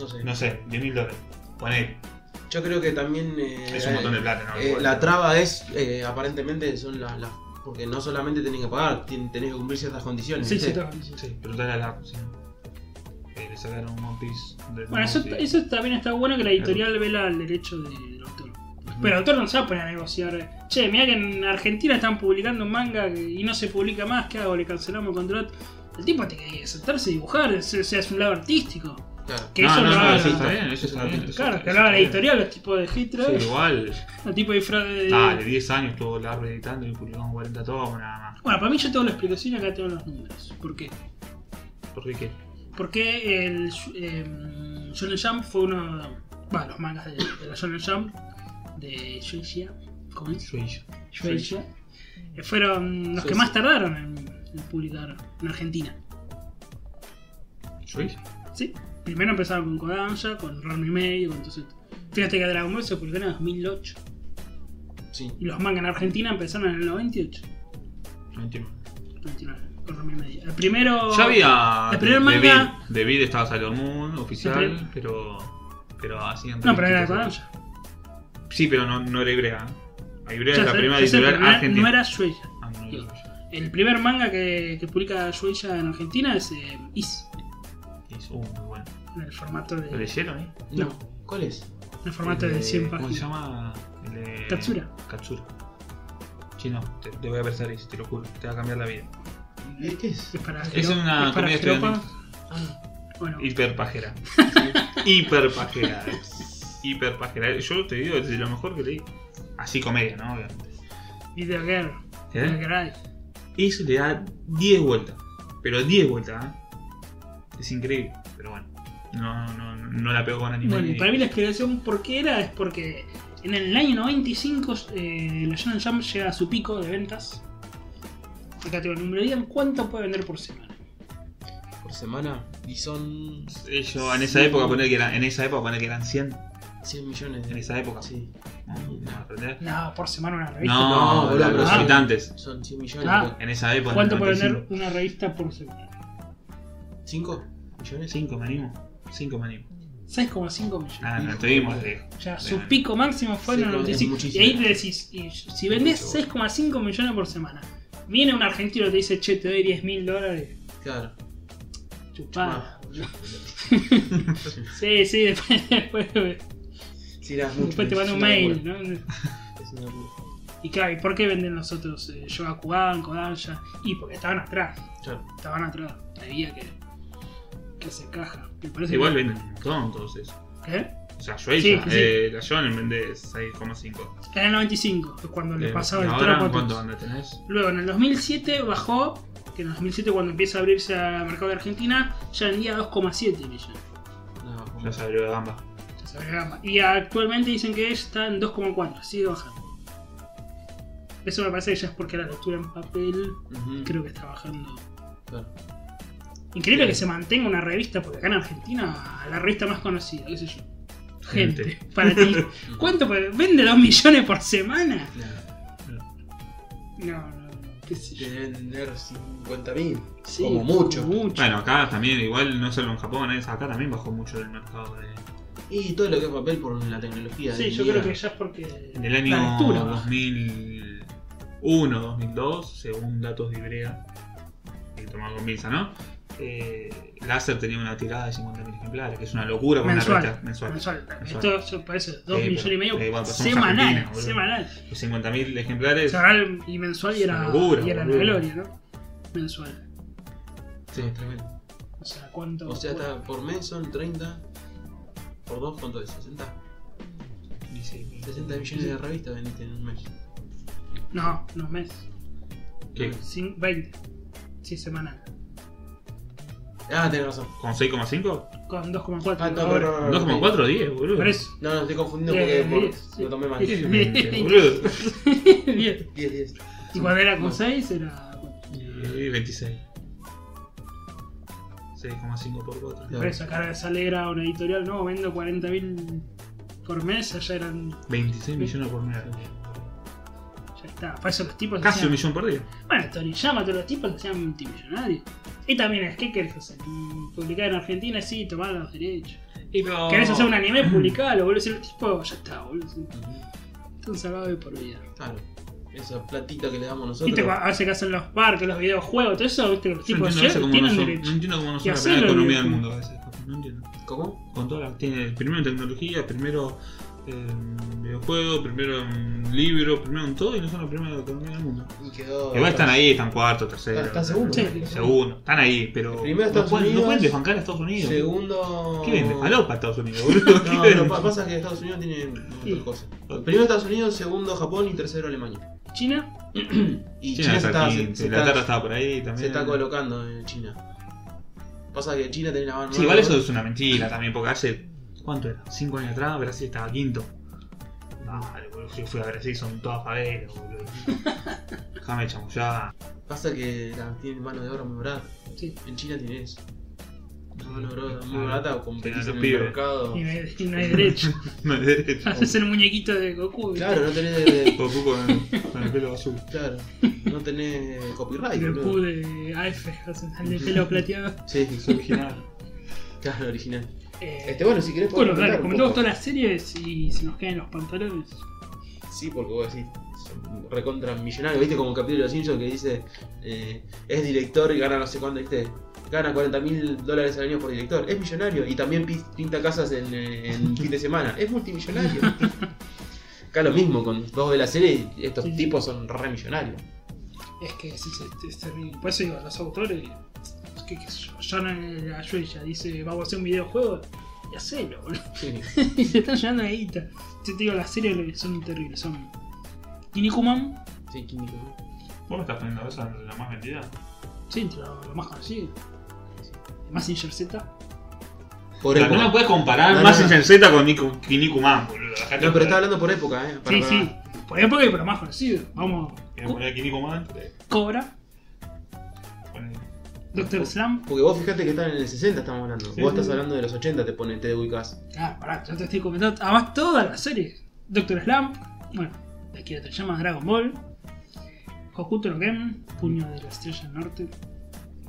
No sé.
No sé, 10 mil dólares. Poner.
Yo creo que también. eh,
Es un montón de plata, ¿no?
eh,
Igual.
la traba es, eh, aparentemente, son las. las- porque no solamente tenés que pagar, tien- tenés que cumplir ciertas condiciones.
Sí,
¿viste?
sí, todo, sí, sí.
Sí, pero tal la sí. que le sacaron un One Piece. de
Bueno, eso,
nuevo, sí.
eso también está bueno que la editorial vela el derecho de- del autor. Pero el autor no se va a poner a negociar. Che, mirá que en Argentina están publicando un manga que- y no se publica más. ¿Qué hago? ¿Le cancelamos el contrato? El tipo tiene que sentarse y dibujar. O sea, es un lado artístico.
Claro.
Que eso lo haga.
eso está bien, eso está bien. eso
Claro,
está-
que
eso
lo haga
está
la
bien.
editorial, los tipos de Hitler,
Sí, igual.
los tipos de disfraz de.
Dale, 10 años estuvo largo editando y publicaron 40 tomos nada más.
Bueno, para mí yo tengo la explicación y acá tengo los números. ¿Por qué?
Porque qué?
Porque el eh, Shonen Jump fue uno. Bueno, los mangas de, de la Shonen Jump de Shueisha. ¿Cómo es?
Shueisha.
Shueisha. eh, Fueron los que
Shueisha.
más tardaron en, en publicar en Argentina.
Shueisha.
¿Sí? Primero empezaron con Kodansha, con Ron y medio, con todo eso. Fíjate que Dragon Ball se publicó en el 2008.
Sí.
Y los mangas en Argentina empezaron en el 98.
No entiendo.
99, con Ron y medio. El primero.
Ya había.
El primer
de-
manga-
De Vid, de Vid estaba Sailor Moon,
El
oficial,
primer-
pero. Pero hacían.
No, pero era de
distintos-
Kodansha.
Sí, pero no, no era Ibrea. La Ibrea
Ya
es la
sé,
primera
ya sé,
editorial
pero no era-
argentina.
No era Shueisha.
Ah, no, no, no,
El primer manga que, que publica Shueisha en Argentina es eh, Is,
no. Es- uh, muy bueno.
en el formato
¿Lo
de,
leyeron, eh?
No.
No.
¿Cuál es?
en el formato
El
de 100
Eh, ¿Cómo se
páginas.
llama? El de-
Katsura.
Katsura. Chino, te, te voy a pensar eso, te lo juro. Te va a cambiar la vida.
¿De qué es?
Es para
Es
jero-
una
es para
comedia
jeropa.
estudiantil.
Ah,
Bueno,
Hiperpajera. Hiperpajera. eh. Hiperpajera. Yo te digo, es de lo mejor que leí. Así comedia, ¿no? Obviamente.
Video Girl, Video
¿Eh?
Girl.
Eso le da 10 vueltas. Pero 10 vueltas, ¿eh? Es increíble. Pero bueno. No, no, no, no la pego con anime.
Bueno,
ni-
y para mí la explicación por qué era es porque en el año 95 eh, la Shonen Jump llega a su pico de ventas. Acá tengo el número, digan cuánto puede vender por semana.
por semana. Y son
Ellos en esa época poner que eran, en esa época poner que eran 100.
100 millones.
En
De...
esa época.
Sí.
No, no, ¿entendés?
No, por semana una revista.
no,
No,
boludo,
no,
los
no.
habitantes.
Son 100 millones.
Ah.
En esa época.
¿Cuánto puede vender una revista por semana?
¿Cinco? millones?
5 me animo. 5 me animo.
6,5 millones.
Ah, no, estuvimos lejos.
Ya,
Bien.
su pico máximo fue en
Sí,
el
es
95. Y
muchísimo.
ahí te decís, y si vendés 6,5 millones por semana, viene un argentino y te dice, che, te doy 10 mil dólares,
Claro.
chupá.
Ah.
Sí, sí, después, después,
Sí, era mucho.
después te manda un
es una
mail,
locura.
¿no?
Es una locura.
Y claro, ¿y por qué venden los otros eh, Yogakuban, Kodansha? Y porque estaban atrás,
Claro.
estaban atrás. Había que, que se caja. Me parece
Igual
que-
venden un montón entonces.
¿Qué?
O sea, yo ella,
Sí, sí.
eh, la Shonen vende 6,5.
Era en el 95, que es cuando le
Eh,
pasaba
¿y
el
ahora
trapo a
cuánto
todos.
anda tenés?
Luego en el 2007 bajó, que en el 2007 cuando empieza a abrirse al mercado de Argentina, ya vendía 2,7 millones.
No, como-
Ya se abrió la gamba.
Ya se abrió la gama. Y actualmente dicen que está en 2,4, sigue bajando. Eso me parece que ya es porque la lectura en papel
Ujú.
creo que está bajando.
Claro.
Increíble
Sí.
que se mantenga una revista, porque acá en Argentina la revista más conocida, qué sé yo. Gente,
Gente.
para ti. ¿Cuánto? puede- ¿Vende 2 millones por semana?
Claro.
No, no, no, qué sé yo.
Deben tener 50 mil.
Sí,
como mucho.
mucho.
Bueno, acá también, igual no solo en Japón, es acá también bajó mucho el mercado. De...
Y todo lo que es papel por la tecnología.
Sí,
del
yo
día.
creo que ya es porque.
En el
La
año
lectura.
2001, 2002, según datos de Ibrea, y tomado con pinza, ¿no? Eh, Láser tenía una tirada de 50.000 ejemplares, que es una locura para una
Mensual.
revista mensual.
mensual.
mensual.
Esto se parece 2
Sí,
millones
pero-
y medio
pero igual, pues somos
semanal.
argentinos, boludo.
Semanal.
Los 50.000 ejemplares.
Semanal y mensual y
Es una
era,
locura,
y era la
boludo.
gloria, ¿no? Mensual.
Sí, es tremendo.
O sea, ¿cuánto?
O sea, está por mes son 30. Por 2, ¿cuánto es? 60.
dice,
60 millones de revistas vendiste en un mes.
No, unos meses.
¿qué?
Cin- 20. Sí, semanal.
Ah, tenés razón.
¿Con 6,5?
Con
Ah,
2,4.
no,
ahora.
no, no, no, no,
2,4 o 10, boludo.
Por eso.
No, no, estoy confundiendo
Eh,
porque por-
diez,
lo tomé mal.
sí.
10,
Qué mente, boludo.
10.
10.
Y cuando era con
No.
6 era.
Y 26. 6,5 por 4.
Claro.
Por eso, acá sale era una editorial, no, vendo 40.000 por mes, allá eran.
26 millones por mes.
Ya está. Por eso los tipos.
Casi
hacían-
un millón por día.
Bueno, Toriyama, todos los tipos lo hacían multimillonarios. Y también es, ¿qué querés hacer? Mm, Publicar en Argentina, sí, tomar los derechos. ¿Querés hacer un anime? Publicalo, boludo. Si los tipos, ya está, boludo. si Están salvados de por vida.
Claro. Esa platita que le damos nosotros.
¿Viste? A veces que hacen los parques, los videojuegos, todo eso, ¿viste? Que los
Yo
tipos
entiendo, no sé
llegan,
cómo no
tienen
son-
derecho.
no entiendo cómo no
Y
son la
hacerlo,
primera economía
viejo.
del mundo a veces. no entiendo.
¿Cómo?
Con todas las- tiene primero en tecnología, primero eh, en videojuego, primero en libro, primero en todo y no son los primeros de economía del mundo.
Y quedó.
Igual están ahí, están cuarto, tercero.
Está- está segundo.
Sí.
Segundo, están ahí, pero.
El primero
no
Estados
pueden, no
Unidos.
pueden desbancar a Estados Unidos.
Segundo.
¿Qué vende? Falopa Estados Unidos, boludo. ¿Qué
No,
vende?
no, pa- pasa que Estados Unidos tiene
Sí.
otras cosas. Primero Estados Unidos, segundo Japón y tercero Alemania.
China,
Y
China
China se
está
está, se,
aquí,
se
Inglaterra
está,
estaba por ahí también.
se está colocando en China. Pasa que China tiene la mano.
Sí, igual eso es una mentira también, porque hace. ¿Cuánto era? Cinco años atrás Brasil estaba quinto. Vale, boludo, yo fui a Brasil, son todas favelas, boludo. Déjame chamullar.
Pasa que la, tiene mano de obra muy barata.
sí.
En China tiene eso. Una mano de obra muy barata o competís
Los
en el
pibes.
mercado.
Y no hay, y no hay derecho.
No hay derecho.
Haces el muñequito de Goku. ¿viste?
Claro, no tenés.
Goku con, con el pelo azul.
claro, no tenés copyright.
Goku
boludo.
de AF, o sea, el de pelo plateado.
Sí,
Es original.
claro, original.
Eh,
Este, bueno, si querés,
bueno,
podemos
dale,
comentar un
comentamos
poco.
todas las series y se nos caen los pantalones.
Sí, porque vos decís, son recontra millonarios, viste como un capítulo de los Simpsons que dice, eh, es director y gana no sé cuánto, viste, gana 40 mil dólares al año por director, es millonario y también pi- pinta casas en, eh, en fin de semana, es multimillonario. Acá lo mismo, con dos de la serie, estos
Sí.
tipos son re millonarios.
Es que es, es- es terrible. Por eso digo, los autores. es que- que yo- John Ayuella dice: Vamos a hacer un videojuego. Y hacelo, boludo.
Sí.
y se están llenando de guita. Yo te digo, las series lo que son terribles. Son. Kinnikuman,
Sí, ¿quién dijo?
¿Vos me estás poniendo esa en la más vendida?
sí, entre lo, lo más conocido. Massinger Z.
Por
Pero no me
época.
puedes comparar
No, no,
más
no.
insenseta con Nico, que Nico Man, boludo. Dejate
No, pero está
joder.
hablando por época, eh. para-
Sí,
para-
sí. Por época, pero más conocido. Vamos.
¿Querés poner aquí Nico eh, Man?
Co- Cobra,
Poné-
Doctor Slam.
Porque vos fijate que están en el 60 estamos hablando.
Sí.
Vos estás hablando de los 80, te pone, te ubicás.
Ah, pará, yo te estoy comentando. Además, todas las series. Doctor Slam. Bueno, de aquí te llamas Dragon Ball. Hokuto no Ken, Puño de la Estrella del Norte.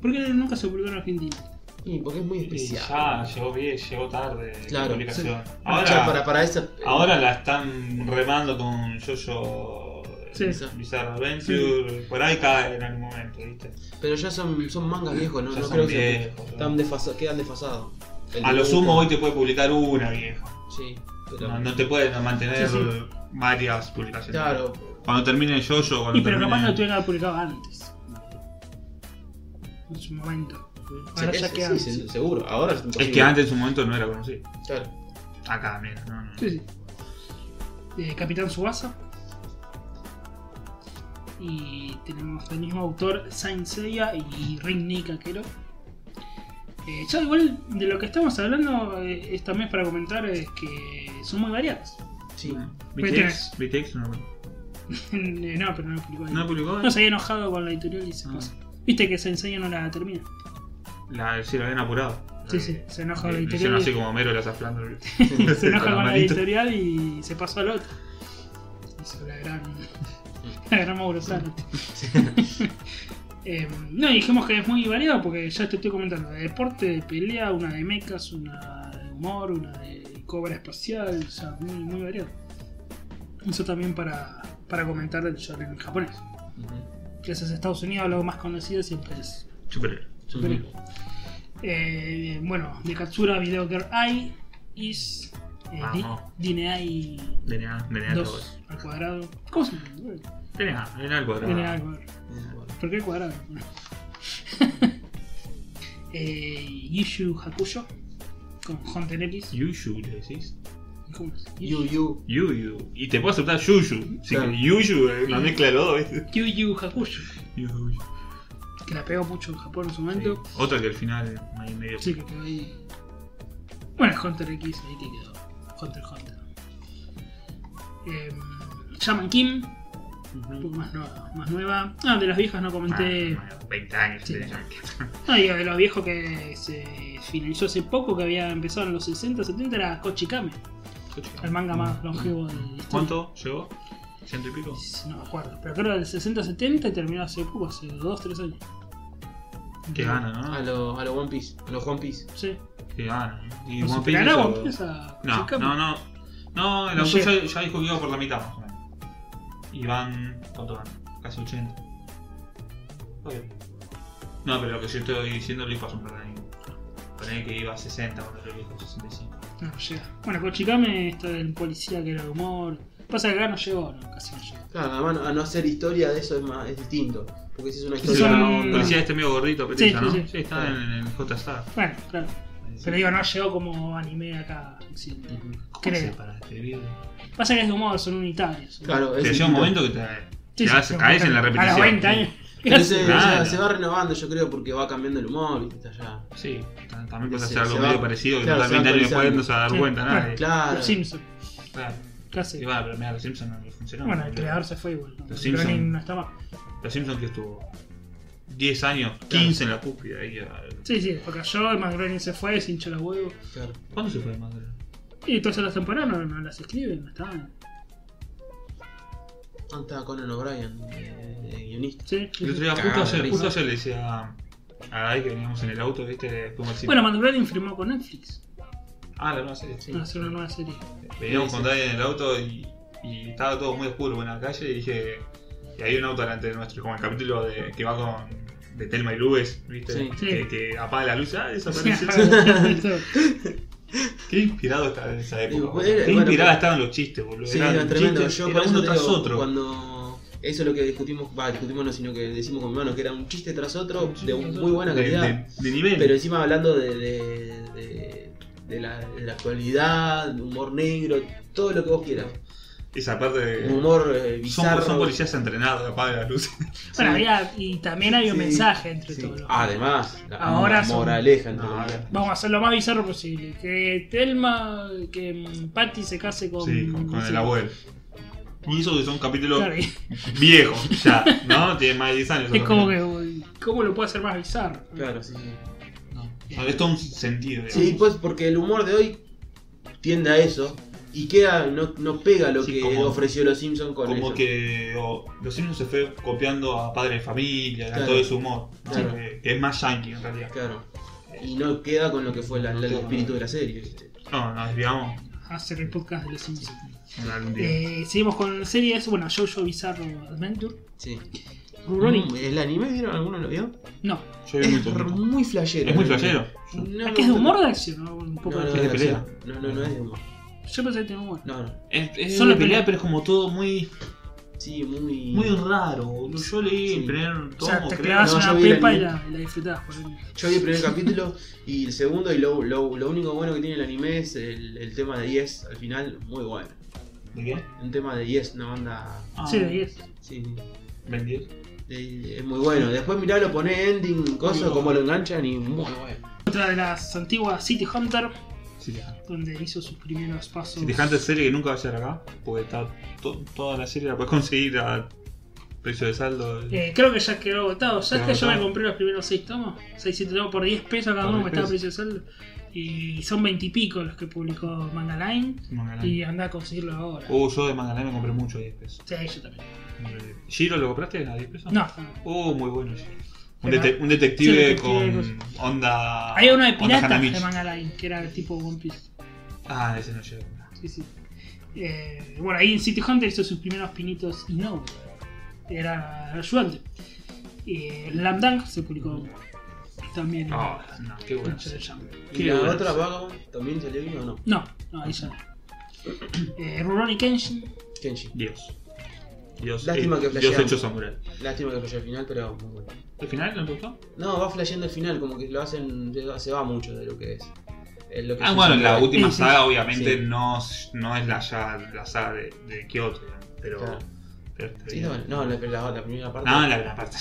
¿Por qué nunca se publicó en Argentina?
Y porque es muy
Y
especial.
ya, llegó bien, llegó tarde
Claro, Ah,
la publicación.
Ya,
Ahora,
para, este, para esa.
ahora la están remando con Yoyo
Sí.
eh, Bizarre Adventure, por ahí cae en algún momento, ¿viste?
Pero ya son, son mangas viejos, ¿no?
Ya
no
son
creo que
viejos,
se-
¿no?
tan desfasa- quedan desfasados. El
A lo
dibujo,
sumo hoy te puede publicar una vieja.
Sí, pero.
No, no te pueden mantener
Sí, sí.
varias publicaciones.
Claro,
Cuando termine Yoyo, cuando
Y pero
termine...
capaz no tuviera publicado antes. En su momento.
sí,
Ahora
es-
ya
sí,
queda.
sí, se- seguro. Ahora es imposible.
Es que antes en su momento no era conocido.
Claro.
Acá, mira, no, no.
Sí, sí. Eh, Capitán Subasa. Y tenemos del mismo autor Saint Seiya y Ring Nika Kero. Eh, ya igual de lo que estamos hablando eh, es también para comentar es que son muy variadas.
Sí.
BTX, BTX no,
Eh, no, pero no lo explicó ahí.
no
No,
publicó.
se había enojado con la editorial y se
Ah.
pasó. Viste que Saint Seiya no la termina.
La, sí, la habían apurado.
Sí, sí, se enoja con la
Eh, me
editorial.
hicieron
y-
así como Homero las aflando.
se enoja con la
manito.
editorial y se pasó al otro. Hizo la gran. La gran Mauro Zárate. Em, no, y dijimos que es muy variado porque ya te estoy comentando: de deporte, de pelea, una de mechas, una de humor, una de cobra espacial, o sea, muy, muy variado. Eso también para, para comentar del shonen japonés.
Ujú.
Que es Estados Unidos, lo más conocido siempre es
Superhéroe.
Superhéroe. Eh, bueno, de Katsura, Video Girl Eye, Is, eh, Di-
Vamos.
Dineai
DNA, DNA
2 al cuadrado. ¿Cómo se llama?
DNA, DNA al cuadrado.
Dineai al cuadrado.
Bueno,
¿Por qué al cuadrado? eh, Yushu Hakusho con Hunter X.
Yuyu le decís.
¿Cómo es?
Yu Yu.
Yuyu. Y te puedo aceptar Yuyu. Sí,
Claro.
que Yuyu es la mezcla de los dos, ¿viste?
Yu Yu Hakusho,
Yuyu.
que la pegó mucho en Japón en su
Sí.
momento.
Otra que al final ahí medio.
Sí, que quedó ahí. Bueno, Hunter X ahí que quedó. Hunter x Hunter. Em, Shaman Kim. un
Ujú.
poco más nueva, más nueva. Ah, de las viejas no
Ah,
comenté.
bueno, 20 años.
Sí.
tenía.
No, digo, de los viejos que se finalizó hace poco, que había empezado en los 60, 70, era Kochikame, el manga más longevo de la historia.
Mm. ¿Cuánto llegó? ¿Ciento y pico?
No me acuerdo, pero creo que era del 60, 70 y terminó hace poco, hace 2, 3 años.
Que gana, ¿no?
Ah.
A los a lo One Piece. A los One Piece.
Sí.
Que gana. ¿no? Y
¿Lo
One Piece
superará
hizo-
One Piece a
No,
Kochikame?
no, no. No, el
No
autor ya,
llega.
ya dijo que iba por la mitad más o menos. Y van. ¿Cuánto van? Casi 80. No, pero lo que yo estoy diciendo lo hizo hace un par de años. poner que iba a 60 cuando lo vi, con 65.
No llega. Bueno, Kochikame, esto del policía que era de humor. Pasa que acá no llegó, no, casi no llegó.
Claro, además, a no hacer historia de eso es, más, es distinto. Porque si es una
Policía,
historia.
Son-
policía este medio gordito,
Sí,
petiza,
sí,
¿no?
sí.
está en, en J-Star.
Bueno, claro. Pero digo, no llegó como anime acá. sí. creo.
Para describir.
Pasa que es de humor, son unitarios. son-
Claro, es
Te llega
distinto.
un momento que te,
Sí,
te
sí,
vas-
son
caes en la repetición.
unitarios. A los 20 años.
Pero se,
Claro.
o sea, se va renovando, yo creo, porque va cambiando el humor, ¿viste? Está ya.
Sí, tam- también puedes
Se-
hacer
se
algo
va-
medio parecido que
claro,
total
se va
20 años después
actualizando.
no se va a dar
Sí,
cuenta
claro.
nadie.
Claro.
Los Simpson,
Claro.
casi.
Y va, pero mira, los Simpsons no le funcionó.
Bueno, el
Los-
creador se fue igual. ¿no?
Los Simpson.
Groening no está más.
Los Simpsons que estuvo 10 años, 15 en la cúspide. ahí, ah,
Sí, sí, después cayó, además Groening se fue, se hinchó los huevos.
Claro.
¿Cuándo se fue Madre?
Y todas las temporadas no, no las escriben, no estaban.
Ah, Estaba Conan O'Brien, eh, eh, guionista.
Sí, sí,
El
sí.
otro día, justo
Cagado de
ayer,
risa.
justo ayer le decía a- a Dai que veníamos en el auto, ¿viste? Fuimos al cine.
Bueno, Mandalorian firmó con Netflix
Ah, la nueva serie, sí.
Sí.
para hacer una nueva serie.
Veníamos
Sí,
con
sí.
Dai en el auto y, y estaba todo muy oscuro en la calle y dije. Y hay un auto delante de nuestro, como el capítulo de, que va con. de Telma y Lubes, ¿viste?
Sí.
Que, que apaga la luz, ah, desaparece. Qué inspirado estaba en esa época.
Y,
boludo.
bueno,
Qué
bueno,
inspirada
pero-
estaban los chistes, boludo.
Sí,
Eran
era tremendo.
chistes,
Yo
era
por eso
uno
te
tras
digo,
otro.
Cuando eso es lo que discutimos, va, discutimos no, sino que decimos con mi hermano, que era un chiste tras otro
Un chiste
de
tras
un-
otro.
muy buena
De-
calidad.
De, de nivel.
Pero encima hablando de, de, de- de la, de la actualidad, de humor negro, todo lo que vos quieras.
Esa parte de.
Humor eh,
son,
bizarro.
son policías entrenados, apaga la luz.
Bueno, había, y también hay un
Sí,
mensaje entre
sí. Ah,
todos los.
Además, la
Ahora son-
moraleja entre
No,
comillas.
ahora-
Vamos a hacer lo más bizarro posible. Que Telma, que mm, Patty se case con.
Sí, con, con
sí.
el abuelo. Y eso que son capítulos
Claro, y-
viejos ya, ¿no? Tiene más de 10 años.
es
esos
como
capítulos.
que. uy, ¿Cómo lo puedo hacer más bizarro?
Claro, sí. sí.
No, es todo un sentido, digamos.
Sí, pues porque el humor de hoy tiende a eso y queda no, no pega lo
Sí,
que
como-
ofreció los Simpsons con
como
eso.
que o, Los Simpsons se fue copiando a Padre de Familia, a
Claro.
todo ese humor, ¿no?
Claro.
que, que es más yankee en realidad.
Claro. Y no queda con lo que fue la- la- el espíritu de la serie, ¿viste?
No, nos desviamos.
Hacer el podcast de los Simpsons.
en algún día.
Eh, seguimos con series. Bueno, JoJo Bizarro Adventure.
Sí.
Rurouni.
Mm, ¿El anime vieron? ¿Alguno lo vio?
No,
Yo vi muy
Es
poquito.
muy flashero.
Es muy
el anime.
flashero.
No,
es
me
que es de
gusta
humor o
tanto.
de acción, ¿no? un poco
No,
de
no,
Es de
no,
pelea.
acción. No, no, no es de humor.
Yo pensé que tenía humor.
No, no.
Es, es
Solo
de pelea,
pelea.
pero es como todo muy,
Sí, muy.
muy raro. boludo. Yo leí
Sí.
el primer tomo,
O sea, te
creo.
clavas
No,
una
yo vi el
pepa y
anime.
la, y la disfrutabas. por ahí.
Yo vi el primer capítulo y el segundo, y lo, lo, lo único bueno que tiene el anime es el, el tema de Yes al final, muy bueno.
¿De qué?
Un tema de Yes, una banda.
Ah,
Sí, de 10.
Sí, sí.
¿Vendí?
Eh, Es muy bueno. Después mirá, lo pone ending, cosas
bueno.
como lo enganchan y muy bueno.
Otra de las antiguas City Hunter,
Sí, ya.
donde hizo sus primeros pasos.
Si te dejaste serie que nunca va a llegar acá, porque está to- toda la serie la puedes conseguir a precio de saldo.
Eh, creo que ya quedó agotado. ¿Sabes
Quedó
que yo me
agotado.
compré los primeros 6 tomos? 6, 7 tomos por 10 pesos cada
Por
uno, me
10
estaba a precio de saldo. Y son 20 y pico los que publicó Manga Line.
Ah.
Mangalán.
Y anda a conseguirlo ahora.
Uh, yo de Mangalán me compré mucho a 10 pesos.
Sí, yo también.
Eh, ¿Giro lo compraste a 10 pesos?
No,
Uh, muy bueno Giro. Un,
Pero-
dete- un
Sí,
detective
detective
con onda.
hay uno de
onda
piratas
Hanamichi.
de Manga Line, que era tipo One Piece.
Ah, ese no llega.
Sí, sí. Eh, bueno, ahí en City Hunter hizo sus primeros pinitos y no. Era ayudante. Eh, Slam Dunk se publicó también. en-
No, Ah, no, qué
en
bueno.
Shonen Jump.
¿Y
Qué
la
bueno.
otra, Vagabond, también salió bien o no?
No, no, ahí ya no. Eh, Rurouni Kenshin.
Kenshi.
Dios. Dios,
Lástima
eh,
que
Dios
flashearon.
hecho samurai.
Lástima que falló al final, pero muy bueno.
¿El final no te gustó?
No, va flasheando el final, como que lo hacen. se va- Se va mucho de lo que es. Es lo que
Ah,
es
bueno,
un
la
samurai.
última
Sí, sí.
saga obviamente
Sí.
no, no es la, ya, la saga de, de Kyoto, digamos, pero...
Claro.
pero está
Sí,
bien.
no, no, la, la- la primera parte.
No, Ah, la, la parte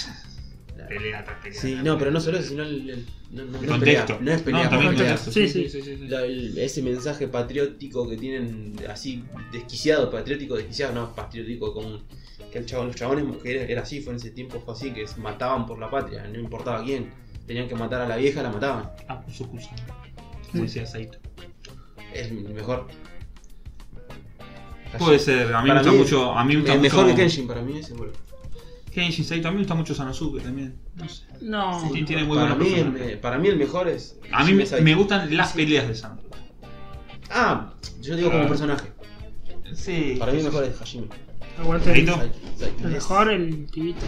la-
pelea, tras pelea,
Sí,
tras
no,
pelea.
pero no solo eso, sino el, el- no, no-
El
no es pelea,
contexto.
no es pelea.
No, también
Contexto.
contexto.
Sí,
sí.
La- el- ese mensaje patriótico que tienen así desquiciado, patriótico, desquiciado, no, patriótico común. Que el chabón, los chabones mujeres era así, fue en ese tiempo fue así, que se mataban por la patria, no importaba quién. Tenían que matar a la vieja, la mataban.
Ah, puso Kusan. Como decía Saito.
Es el mejor.
Puede ser, a mí me
Para
gusta
mí,
mucho... A mí me gusta
El mejor que
mucho,
Kenshin para mí ese boludo.
Kenshin, Saito, a mí me gusta mucho Sanosuke también. No sé.
No.
Sí, tiene muy
para,
buenos
mí, el
personajes.
me- para mí el mejor es.
A mí
Jimmy
me,
Saito.
me gustan las peleas de Sanosuke.
Ah, yo digo como
Ah.
personaje.
Sí.
Para mí el mejor es Hashime.
Aguante.
Ahí no.
Saito, Saito.
El mejor el pibito.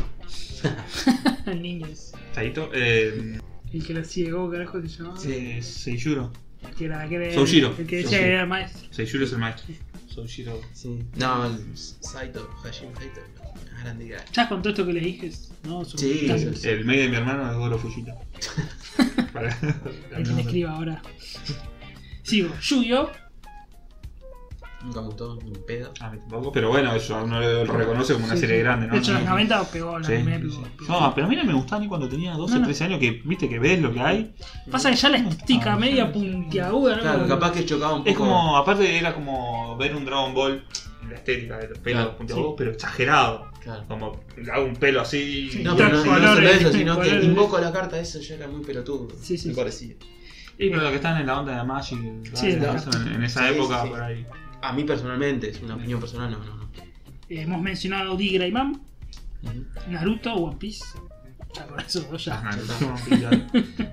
el niño. ese.
Saito, eh,
El que la ciegó, carajo, se llamaba.
Eh, Seijuro.
El que era, que era-
Soujiro.
El que decía
Soujiro.
que era maestro.
Seijuro es el maestro. Soujiro.
Sí. No, el Saito, Hajime Saito. Grande guy.
Ya con todo esto que le dije, ¿no? Sobre
Sí,
tal-
sí, sí.
El medio de mi hermano es Goro Fujita. Para-
El que le escriba ahora. Sigo. Yu-Gi-Oh!
Nunca me gustó, ni un pedo.
A mí tampoco, Ah, pero bueno, eso uno lo reconoce como una
Sí,
serie
sí.
grande, ¿no?
De hecho, en los
Sí,
90 pegó la
sí,
anime.
sí.
pegó- pegó.
No, pero a mí no me gustaba ni cuando tenía 12,
No, no.
13 años que, viste, que ves lo que hay.
Pasa que ya la estica media puntiaguda, ¿no?
Claro,
Como-
capaz que chocaba un poco.
Es como, aparte era como ver un Dragon Ball en la estética de los pelos
Claro,
puntiagudos, pero exagerado.
Claro.
Como hago un pelo así.
Sí.
No, pero no, no
Colores,
solo eso, sino que
colores.
invoco la carta, eso ya era muy pelotudo.
Sí, sí,
Me
sí.
parecía.
Y pero los que están en la onda de Magic, ¿verdad?
Sí,
Eso,
claro.
en, en esa
Sí, sí,
época
sí.
por ahí.
A mí personalmente, es una opinión personal, no, no, no.
Eh, hemos mencionado Digra y Mam,
Ujú.
Naruto, One Piece. Ya con eso dos ya.
Ajá,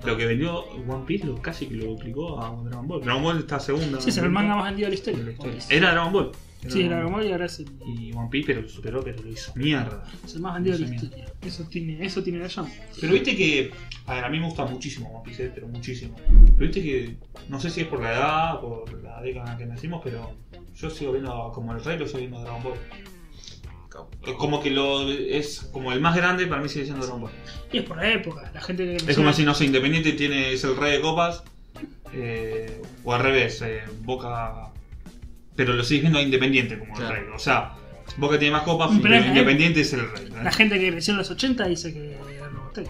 lo- lo que vendió One Piece lo, casi que lo duplicó a Dragon Ball. Dragon Ball está segunda.
Sí, es el
en
manga más vendido de la
de
historia.
la
One
historia.
Piece.
Era Dragon Ball.
Sí, era Dragon Ball y ahora es el,
Y One Piece, pero lo superó, pero lo hizo mierda.
es el más vendido de la
Sí,
historia. Eso tiene, eso tiene la llama.
Pero viste que. A ver, a mí me gusta muchísimo One Piece, eh, pero muchísimo. Pero viste que. No sé si es por la edad, por la década en la que nacimos, pero. Yo sigo viendo. Como el rey, lo sigo viendo Dragon Ball.
Cabo.
Es como que lo. Es como el más grande, para mí sigue siendo Dragon Ball.
Y es por la época. La gente que
Es como si no sé, Independiente tiene, es el rey de copas. eh, o al revés, eh, Boca. Pero lo sigues viendo a Independiente como
Claro.
el rey. O sea, Boca tiene más copas,
Mm, Pero
pero
es-
Independiente es el rey. ¿eh? ¿no?
La gente que creció en los 80 dice que era Robotech.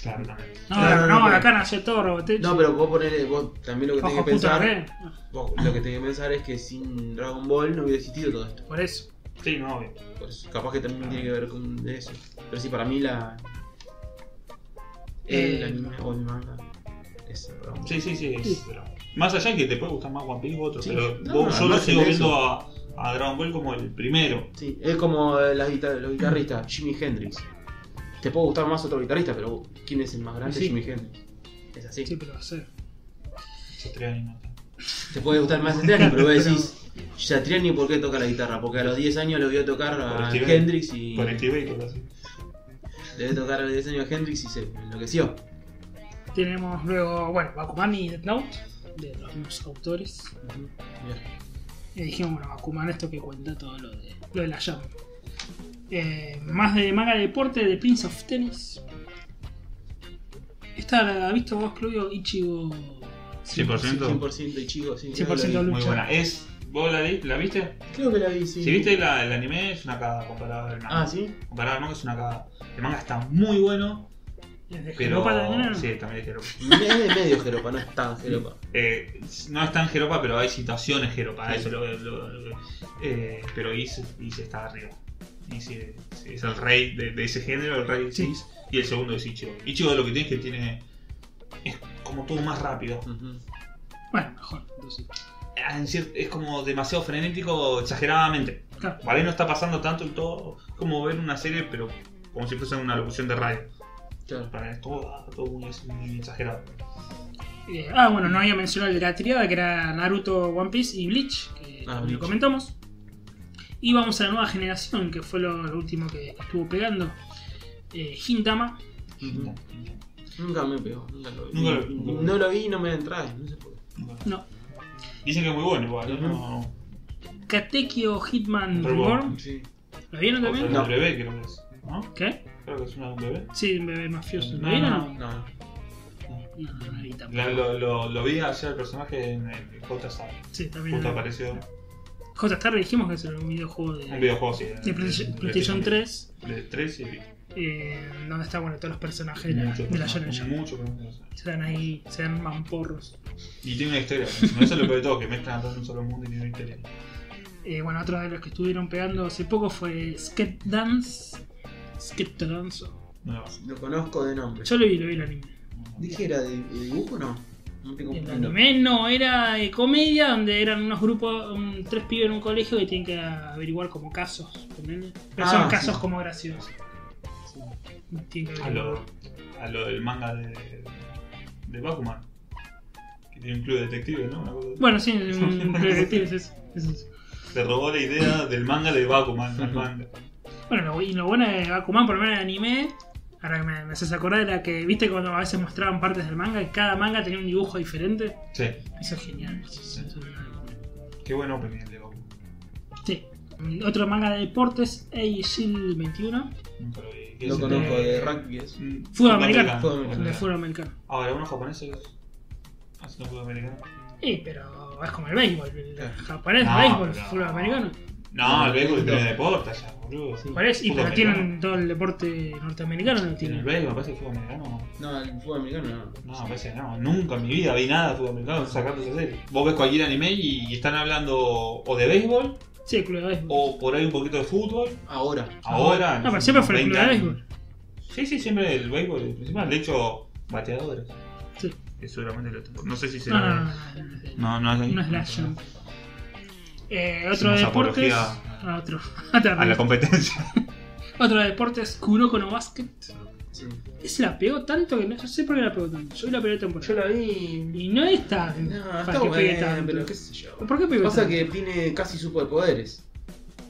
Claro, también.
No,
Claro,
no,
no, pero-
acá nació todo Robotech.
No, pero vos ponele, vos también lo que tenés
Ojo
que
puta
pensar.
re. Ah,
vos lo que tenés que pensar es que sin Dragon Ball no hubiera existido todo esto.
Por eso.
Sí, no, obvio.
Por eso, capaz que también tiene que ver con eso. Pero sí, para mí la. El
Eh,
anime o el manga. Es Dragon Ball.
Sí, sí, sí. es-
Sí.
pero- Más allá de que te puede gustar más One Piece u otro,
Sí.
pero
No,
vos-
no,
yo lo
además
sigo
en
viendo a, a Dragon Ball como el primero.
Sí, es como eh, las guita- los guitarristas, Jimi Hendrix. Te puede gustar más otro guitarrista, pero ¿quién es el más grande?
Sí.
Jimi Hendrix. Es así.
Sí, pero va a ser.
Esos tres animes.
Te puede gustar más Satriani, pero vos decís, Satriani, ¿por qué toca la guitarra? Porque a los 10 años lo vio tocar
Por
a
Steven.
Hendrix y.
Con Steve Baker, así.
Le vio tocar a los 10 años a Hendrix y se enloqueció.
Tenemos luego, bueno, Bakumani y Death Note, de los mismos autores.
Mirá.
Y dijimos, bueno, Bakuman esto que cuenta todo lo de, lo de la llama. Eh, más de manga de deporte de Prince of Tennis. Esta la ha visto vos, Claudio Ichigo.
100%.
100% y chico, sí. creo que
100%
la vi.
Muy buena. Es, ¿Vos la, vi- la viste?
Creo que la vi, sí.
Si viste la, el anime, es una cagada comparada al manga.
Ah, sí.
Comparado al manga, es una cagada. El manga está muy bueno,
¿Es de
pero.
Jeropa también?
Sí, también es jeropa.
Me- Es medio jeropa, no es tan jeropa.
Eh, no es tan jeropa, pero hay situaciones jeropa. Eso lo, lo- lo- eh, pero Is, Is está arriba. Is eh, es el rey de, de ese género, el rey es
Sí.
Is. Y el segundo es Ichigo. Ichigo lo que tiene es que tiene. Es como todo más rápido.
Ujú.
Bueno, mejor. Entonces,
En cier- Es como demasiado frenético exageradamente.
claro.
Vale, no está pasando tanto y todo. Es como ver una serie, pero como si fuese una locución de radio.
Claro.
Para él, todo, todo muy, muy exagerado.
Eh, ah, bueno, no había mencionado el de la triada, que era Naruto, One Piece y Bleach, que
Ah,
también
Bleach.
lo comentamos. Y vamos a la nueva generación, que fue lo, lo último que estuvo pegando. Eh, Hintama,
Ujú. Nunca me pegó, nunca lo vi.
Nunca lo vi, nunca lo vi.
No lo vi y no me atrae, no sé por qué.
no.
Dicen que es muy bueno igual. ¿no? No,
Katekyo Hitman
Reborn.
Reborn.
Sí.
¿Lo vieron
O sea,
también?
de
No.
un bebé creo que es. ¿No?
¿Qué?
Creo que es una de un bebé.
Sí, un bebé mafioso. ¿Lo
No,
vieron?
no.
No,
No.
no, no, no, no,
La- lo, lo- lo vi ayer el personaje en el J
Sí, también.
Justo
no.
apareció
J. Star dijimos que era un videojuego de,
un videojuego así.
de PlayStation, PlayStation 3,
De 3 y
eh, donde está bueno todos los personajes de la,
mucho
de la Shonen
personaje,
Jump.
mucho personaje.
Se dan ahí, se dan mamporros.
Y tiene una historia. ¿no? Eso es lo peor de todo, que mezclan todo en un solo mundo y tiene una historia.
Eh, bueno, otro de los que estuvieron pegando hace poco fue Skate Dance. Skate Dance.
No lo vas.
Lo conozco de nombre.
Yo lo vi, lo vi el anime.
Dije era de, de dibujo o no? No te
El
confundo.
anime no, era de comedia donde eran unos grupos, un- tres pibes en un colegio que tienen que averiguar como casos. ponele. Pero
Ah,
son
sí.
casos como graciosos.
Sí.
Tienen que
A
averiguar.
lo, a lo del manga de, de Bakuman. Que tiene un club de detectives, ¿no? Una cosa así.
Bueno, sí, un detective es eso, es eso.
Le robó la idea del manga de Bakuman al manga.
Bueno, lo- y lo bueno de Bakuman, por lo menos en el anime, Ahora que me, me haces acordar era que, viste, cuando a veces mostraban partes del manga y cada manga tenía un dibujo diferente.
Sí,
Eso es genial. eso es- eso es una locura.
qué buen opening el de Goku.
Sí. Otro manga de deportes, Shield 21,
Nunca lo vi. ¿Qué
Lo
es el
conozco
de-
de rugby. es-
Mm,
Fútbol americano.
Fútbol
Ah.
de fútbol americano.
Ahora, unos japoneses haciendo fútbol americano.
Sí, pero es como el béisbol. El
Claro.
japonés,
Ah. No,
el béisbol, el
pero-
fútbol americano.
No, el béisbol
No.
tiene deporte allá, boludo.
Sí.
Por eso- y
Fútbol
pero
americano.
tienen todo el deporte norteamericano.
¿Tiene
No
el
tienen.
béisbol? Me parece que fútbol americano.
No, el fútbol americano no.
No, me parece que no. Nunca en mi vida vi nada de fútbol americano sacándose de serio. Vos ves cualquier anime y están hablando o de béisbol
Sí, el club de béisbol.
o por ahí un poquito de fútbol.
Ahora.
Ahora.
No, pero siempre fue el
20
club de
años.
béisbol.
Sí, sí, siempre el béisbol es el principal. De hecho, bateadores.
Sí.
Es seguramente el otro. No sé si
No, no, no,
será.
no.
No, no, es ahí.
No es la jump. Eh, otro
Hicimos
de deportes.
apología
Ah, otro.
A la competencia.
otro de deportes, Kuroko no Basket.
Sí.
Ese la pegó tanto que no yo sé por qué la pegó tanto. Yo la pegué temporada.
Yo la vi.
Y no es tan.
No,
para
está
que pegue
buena,
tanto.
pero qué sé yo.
¿Por qué pegó
Pasa
tanto?
que tiene casi superpoderes.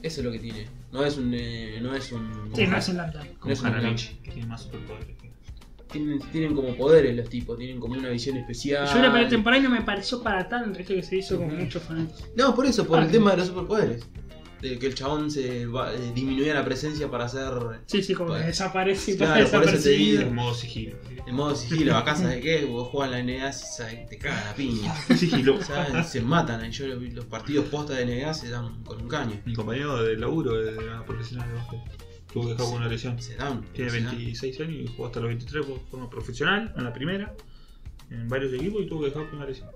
Eso es lo que tiene. No es un. eh, no es un.
Sí, no es el laptop.
Como
es un
Hanamichi, que tiene más superpoderes.
tienen, tienen como poderes los tipos, tienen como una visión especial.
Yo la pegué temporada y no me pareció para tanto. Esto que se hizo con
Ah. Ujú.
muchos fanáticos.
No, por eso, por
Ah.
el tema de los superpoderes. De que el chabón se va- eh, disminuía la presencia para hacer.
Sí, sí, como que
Bueno.
desaparece y
Claro,
pasa
por eso te
desapercibido.
En modo sigilo.
En modo sigilo, acá sabes qué, vos jugás la NBA, sabes, te cagan la piña.
Sigilo.
¿Sabes? Se matan, ahí. yo lo vi, los partidos posta de NBA se dan con un caño.
Mi compañero de laburo de la profesional de básquet tuvo que dejar por una lesión.
Se dan.
Tiene
se dan.
26 años y jugó hasta los 23 por forma profesional, en la primera, en varios equipos y tuvo que dejar por una lesión.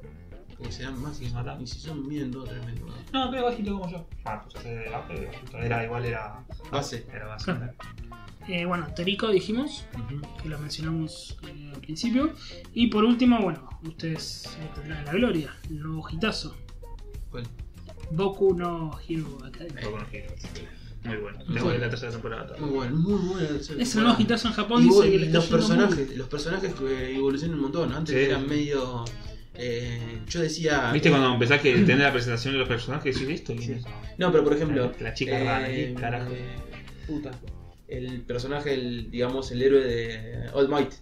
Porque se dan más y,
Se matan.
y si son miden dos o tres metros. ¿no?
No, pero bajito como yo. Ah, pues ese era bajito, era bajito. Era igual, era,
Base.
era bastante.
Eh, bueno, Torico dijimos,
Ujú.
que lo mencionamos eh, al principio. Y por último, bueno, ustedes eh, tendrán la gloria, el nuevo hitazo.
¿Cuál?
Boku no Hero Academy.
Lo conocí, lo conocí. Muy bueno.
Muy
Tengo
bueno.
la tercera temporada.
Muy bueno, muy Eh, bueno.
Es el nuevo hitazo en Japón,
Y vos-
dice que le está
los
yendo muy
personajes, los personajes que evolucionan un montón. Antes
Sí.
eran medio. eh, yo decía.
¿Viste cuando empezás que tenés la presentación de los personajes y decís esto? ¿Quién
Sí.
es?
No, pero por ejemplo.
La chica rara, ¿qué carajo?
eh, puta. El personaje, el, digamos, el héroe de All Might.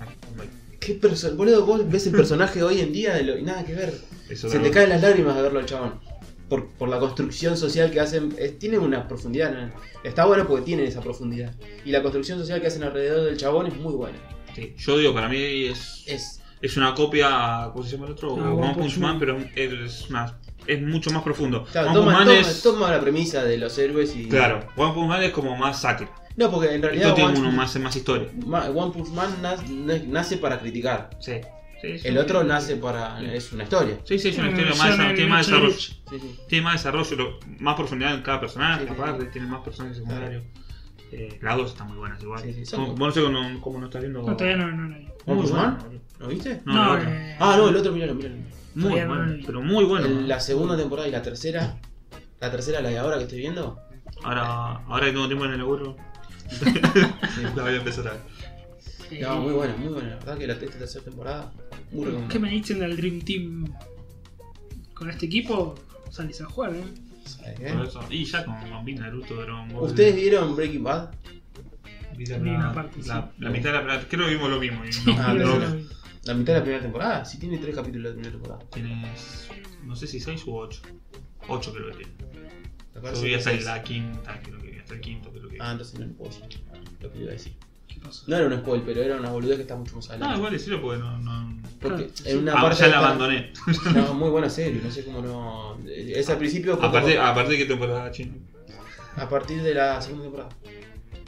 Ah, hombre,
¿Qué personaje? Boludo, vos ves el personaje hoy en día de lo- y nada que ver.
eso
Se
de
te
verdad.
caen las lágrimas de verlo al chabón. Por, por la construcción social que hacen. eh, tiene una profundidad. ¿no? Está bueno porque tiene esa profundidad. Y la construcción social que hacen alrededor del chabón es muy buena.
Sí, Yo digo, para mí es, es,
Es.
una copia, ¿cómo se llama el otro?
Ah,
One Punch Man, pero es, más, es mucho más profundo.
Claro,
One Punch
toma,
Man
toma-
es.
toma la premisa de los héroes y.
Claro, One Punch Man es como más sátira.
No, porque en realidad
Esto tiene
One,
uno más, más historia.
Ma- One Punch Man nas- na- nace para criticar.
Sí. sí es
El
un-
otro nace para.
Sí.
es una historia.
Sí, sí, es una
Mm,
historia
yo
más,
no-
tiene
no
más
sé.
desarrollo.
Sí, sí.
Tiene más desarrollo, lo- más profundidad en cada personaje,
Sí, sí,
aparte, tiene más personajes secundarios. Eh, las dos están muy buenas igual.
Sí, sí, son
Como-
muy-
vos no sé cómo, cómo no estás viendo.
No, todavía no, no, no.
Muy
¿One Punch
bueno,
Man?
boludo.
¿Lo viste?
No,
No,
la otra.
eh,
Ah, no, el otro, miralo, miralo.
Muy
todavía no
bueno,
lo vi.
pero muy bueno.
El- La segunda temporada y la tercera. La tercera, la de ahora que estoy viendo.
Ahora, ahora que tengo tiempo en el laburo,
Sí.
la voy a empezar a ver.
eh,
No, muy buena, muy buena. La verdad que la esta tercera temporada. Muy
¿Qué
recomendable.
me dicen del Dream Team? Con este equipo salís a jugar, ¿eh?
Por eso- Y ya con Bambina, Naruto, Dragon Ball.
¿Ustedes vieron Breaking Bad?
Viste
Vi
la,
una parte,
la-
sí.
la mitad de la plata. Creo que vimos lo mismo. y no-
Ah,
Por
no-
eso
no.
lo vi.
La mitad de la primera temporada. Sí, tiene tres capítulos de la primera temporada.
Tienes. No sé si 6 u 8. 8 creo que tiene.
Me
Yo
parece
voy
que
hasta
seis.
la quinta, creo que hasta el quinto, creo que.
Ah, entonces no lo puedo decir. Lo que iba a decir.
¿Qué pasó?
No era un spoil, pero era una boludez que está mucho más
Ah,
adelante.
igual decirlo porque no. no...
Porque
claro, sí.
en una
Ah,
parte.
ya la
está-
abandoné.
No, muy buena serie, no sé cómo no. Es al principio. poco-
Aparte, aparte que temporada chino.
a partir de la segunda temporada.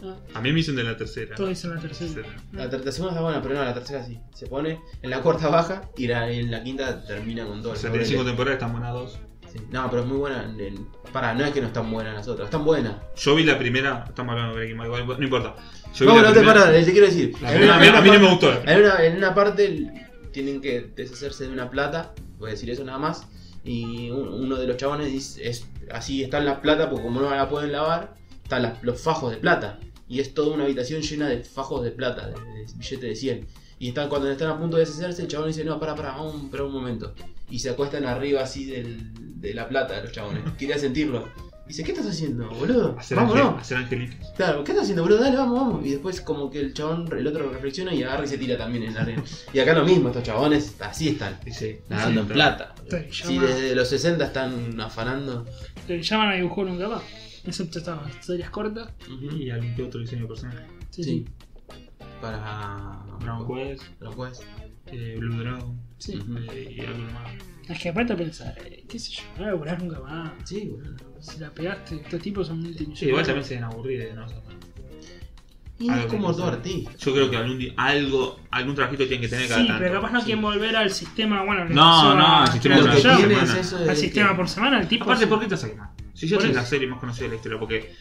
Ah,
A mí me dicen de la tercera.
todos dicen la tercera. Ah.
Tercera.
La, ter- la segunda está buena, pero no, la tercera sí. Se pone en la cuarta baja y la- en la quinta termina con todo.
O
el
sea,
doble.
tiene 5 temporadas, están buenas dos.
Sí. No, pero es muy buena. en- Pará, no es que no están buenas las otras, están buenas.
Yo vi la primera. Estamos hablando de Breaking Bad, igual, no eh. importa. Yo vi
Vamos,
la
no te
primera-
paras, te quiero decir.
la
En
primera-
una-
a mí- a mí no me
en
gustó.
una- En una, en una parte el- tienen que deshacerse de una plata, voy a decir eso nada más. Y un- uno de los chabones dice: es, Así están las plata, porque como no la pueden lavar, están las- los fajos de plata. Y es toda una habitación llena de fajos de plata, de, de billetes de 100. Y están, cuando están a punto de deshacerse, el chabón dice: No, para, para, un, para un momento. Y se acuestan arriba así del- de la plata los chabones. Quería sentirlo. Dice, ¿qué estás haciendo, boludo?
Hacer,
Vámonos.
angel- hacer angelitos.
Claro, ¿qué estás haciendo, boludo? Dale, vamos, vamos. Y después como que el chabón, el otro reflexiona y agarra y se tira también en la arena. Y acá lo mismo, estos chabones así están,
Dice,
nadando en
sí,
plata.
Te
Si
llama-
desde los 60 están afanando.
Le llaman a dibujar nunca más. Excepto estas historias cortas.
Y algún que otro diseño de personaje.
Sí,
Sí.
sí.
Para...
Brown Quest,
Brown Quest.
eh, Blue Dragon
sí.
Ujú.
eh, y algo más.
Es que aparte pensar, eh, qué sé yo, no voy a laburar nunca más.
Sí, boludo.
Si la pegaste, estos tipos son multimillonarios.
Sí, igual también se deben aburrir de no hacer nada.
Y
Algo
es como
que
todo
sea.
artista.
Yo creo que algún día, algo, algún trabajito tienen que tener cada
Sí,
tanto.
pero capaz no
Sí.
quieren volver al sistema, bueno, le
No,
pasó
no,
a-
al sistema
creo
de
Lo que
una
yo,
tiene
semana.
es eso de
al
que-
sistema por semana, el tipo...
Aparte, ¿por qué te hace más? Si yo
Por
soy
eso.
la serie más conocida de la historia, porque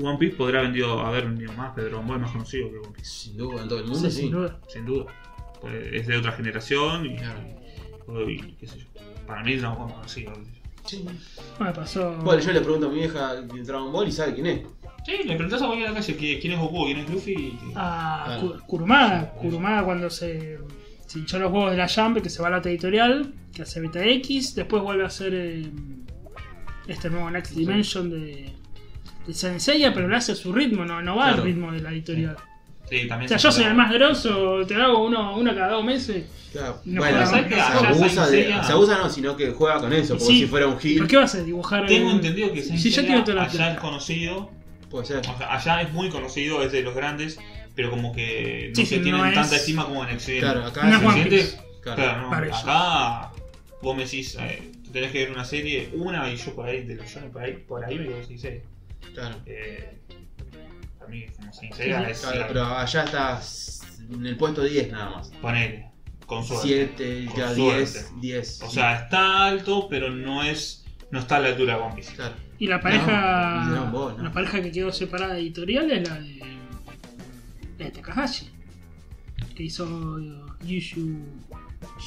One Piece podrá vendido, haber vendido más, pero Dragon Ball es más conocido que One Piece,
Sin duda, en todo el
Sí,
mundo, sí.
sin duda.
sin duda. Pues es de otra generación y,
Claro.
y qué sé yo. Para mí es Dragon Ball más conocido. qué sé yo.
Sí.
No, me pasó...
Bueno, yo le pregunto a mi vieja de Dragon Ball y sabe quién es.
Sí, le preguntás a cualquiera de la calle ¿quién- quién es Goku, quién es Luffy. Y te-
a
Ah.
Ku- Kurumada. Kurumada cuando se, se hinchó los huevos de la Jump, que se va a la otra editorial, que hace Beta X, después vuelve a hacer eh, este nuevo Next Dimension de, de Senseiya, pero lo hace a su ritmo, no, no va
Claro.
al ritmo de la editorial.
Sí,
O
también
sea,
se
yo soy el
encuentra-
más grosso, te hago uno, uno cada dos meses.
Claro.
No,
bueno,
pero
se,
¿sabes qué? Ya
abusa
Saint
de-
Seiya-
se abusa no, sino que juega con eso, como
Sí.
si fuera un
¿Por
gil.
qué vas a dibujar?
Tengo
un-
entendido que
Sí,
Saint
yo
Seiya
tiene toda la
allá
plata.
es conocido,
Puede ser.
o sea, allá es muy conocido, es de los grandes, pero como que no
Sí,
se
sí,
tienen
no es-
tanta estima como en Occidente.
Claro, acá
No
es
es One
así.
Piece.
Occidente, Claro, no,
Para ellos.
acá vos me decís, eh, tenés que ver una serie, una y yo por ahí, de los shonen, por ahí, por ahí me quedo sin serie.
claro.
Eh, a mí, como sincera, es
Claro,
la-
pero allá estás en el puesto 10 nada más.
ponele, con suerte.
7,
Con
ya
suerte.
10, 10.
O sea, está alto, pero no es, no está a la altura de One Piece.
claro.
Y la pareja.
No, ni Dragon Ball, no.
La pareja que quedó separada de editorial es la de. la de Takahashi. Que hizo eh, Yushu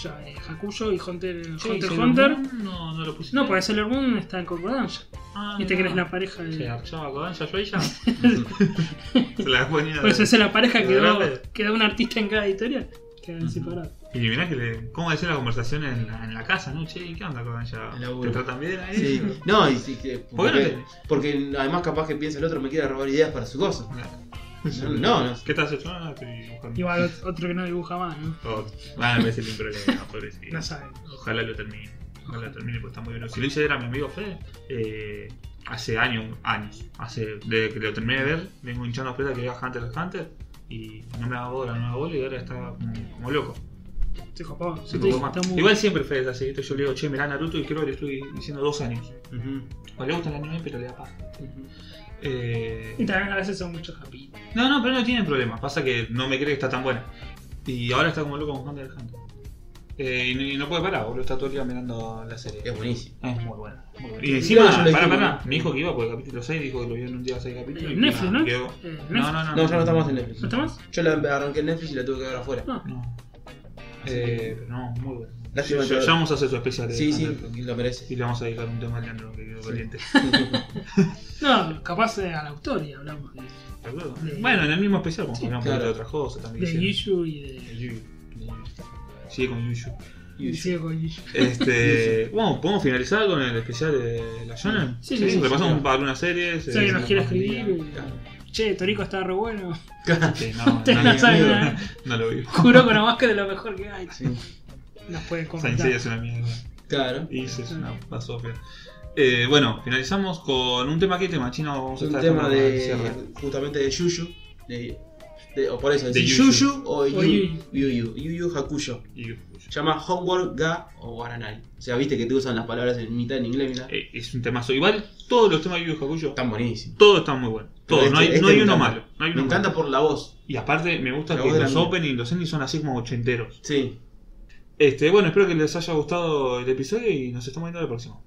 ya, eh, Hakuyo y Hunter Hunter x Hunter.
No, no lo pusiste.
No, pues, porque Sailor Moon está en Concordancia.
Ah,
Viste que
no. ah.
eres la pareja de.
Se archaba con ella, yo a ella. Se la ponía.
Pues esa es la pareja que
Pero
quedó,
grande.
quedó un artista en cada editorial. Quedan
Ujú.
separados.
Y mirá que le, cómo decía la conversación en la, en la casa, ¿no? Che, ¿qué onda con ella?
El laburo.
¿Te tratan bien ahí?
Sí. No, y sí que.
¿Por qué no
Porque, porque además capaz que piensa el otro me quiere robar ideas para su cosa.
te-
No, no.
¿Qué estás hecho? Ah, estoy dibujando.
Igual ot- otro que no dibuja más, ¿no?
Oh, Van a ver si problema, pobrecito.
No sabe.
Ojalá lo termine. Ojalá lo termine porque está muy bueno. Si lo hice era mi amigo Fede, eh, hace años, años. Hace, desde que lo terminé de ver, vengo hinchando a Fede que vea Hunter x Hunter y no me hago bola, no me hago bola y ahora está como, como loco.
Se copó.
Se
Yo te
copó
dije,
más.
está muy-
Igual siempre Fede es así, ¿viste? yo le digo, che, mirá Naruto y creo que le estoy diciendo dos años.
Ujú.
O le gusta el anime pero le da paz. Eh,
Y también a veces son muchos capítulos.
No, no, pero no tiene problema. Pasa que no me cree que está tan buena. Y ahora está como loco con Hunter x Hunter. Eh, y, y no puede parar, boludo. Está todo el día mirando la serie.
Es buenísimo.
Es muy buena. muy buena. Y
Sí,
encima,
claro, yo lo
pará,
dije,
pará.
bueno.
Me dijo que iba por el capítulo 6, dijo que lo vio en un día 6 capítulos.
Eh,
y
Netflix,
nada,
¿no?
quedó.
Eh, Netflix.
No, no, no.
No, ya no estamos en Netflix.
¿No está más?
Yo la arranqué en Netflix y la tuve que ver afuera.
No.
No. Eh, pero no, muy buena.
Lástima
Ya,
que-
ya vamos a hacer su especial. de
Sí, sí,
Hunter x Hunter.
lo
Y
merece.
le vamos a dedicar un tema a Leandro que quedó caliente.
No, capaz eh, al autor y hablamos de,
¿Te acuerdas?
Sí.
Bueno, en el mismo especial, como
Sí,
hablamos
claro.
de otras cosas también.
de
hicieron.
Yushu y de.
Sigue con Yushu.
y sigue con Yushu.
Este, bueno, podemos finalizar con el especial de la Shonen.
Sí, sí, sí,
repasamos
sí.
para algunas series.
Si
eh,
alguien nos quiere escribir.
familia.
eh, Che, Torico está re bueno.
Sí, no,
Te
no,
la
no,
saben,
no,
eh.
no lo vi.
Juro con más que de lo mejor que hay.
Sí.
Nos pueden
Saint Seiya
comentar.
es una mierda.
Claro.
Y es una basofia. Eh, bueno, finalizamos con un tema. ¿Qué tema, chino? Vamos a
un
estar
tema
dejando para el
de.
cierre.
justamente de Yuyu. De, de- o por eso,
De
de
Yuyu.
Yuyu o Yuyu.
Yuyu.
Yuyu. Yuyu Hakuyo.
Y-
Se llama Homework Ga o Guaranai. O sea, viste que te usan las palabras en mitad en inglés, mirá.
eh, es un temazo. Igual, todos los temas de Yu Yu Hakuyo,
Están buenísimos.
todos están muy buenos. Todos,
Pero
no hay,
este-
no
este
hay
me
uno
encanta.
malo. No hay
Me
uno
encanta
malo.
por la voz.
Y aparte, me gusta
La
que
voz de la
los
mina.
openings y los endings son así como ochenteros.
Sí.
Este, bueno, espero que les haya gustado el episodio y nos estamos viendo la próxima.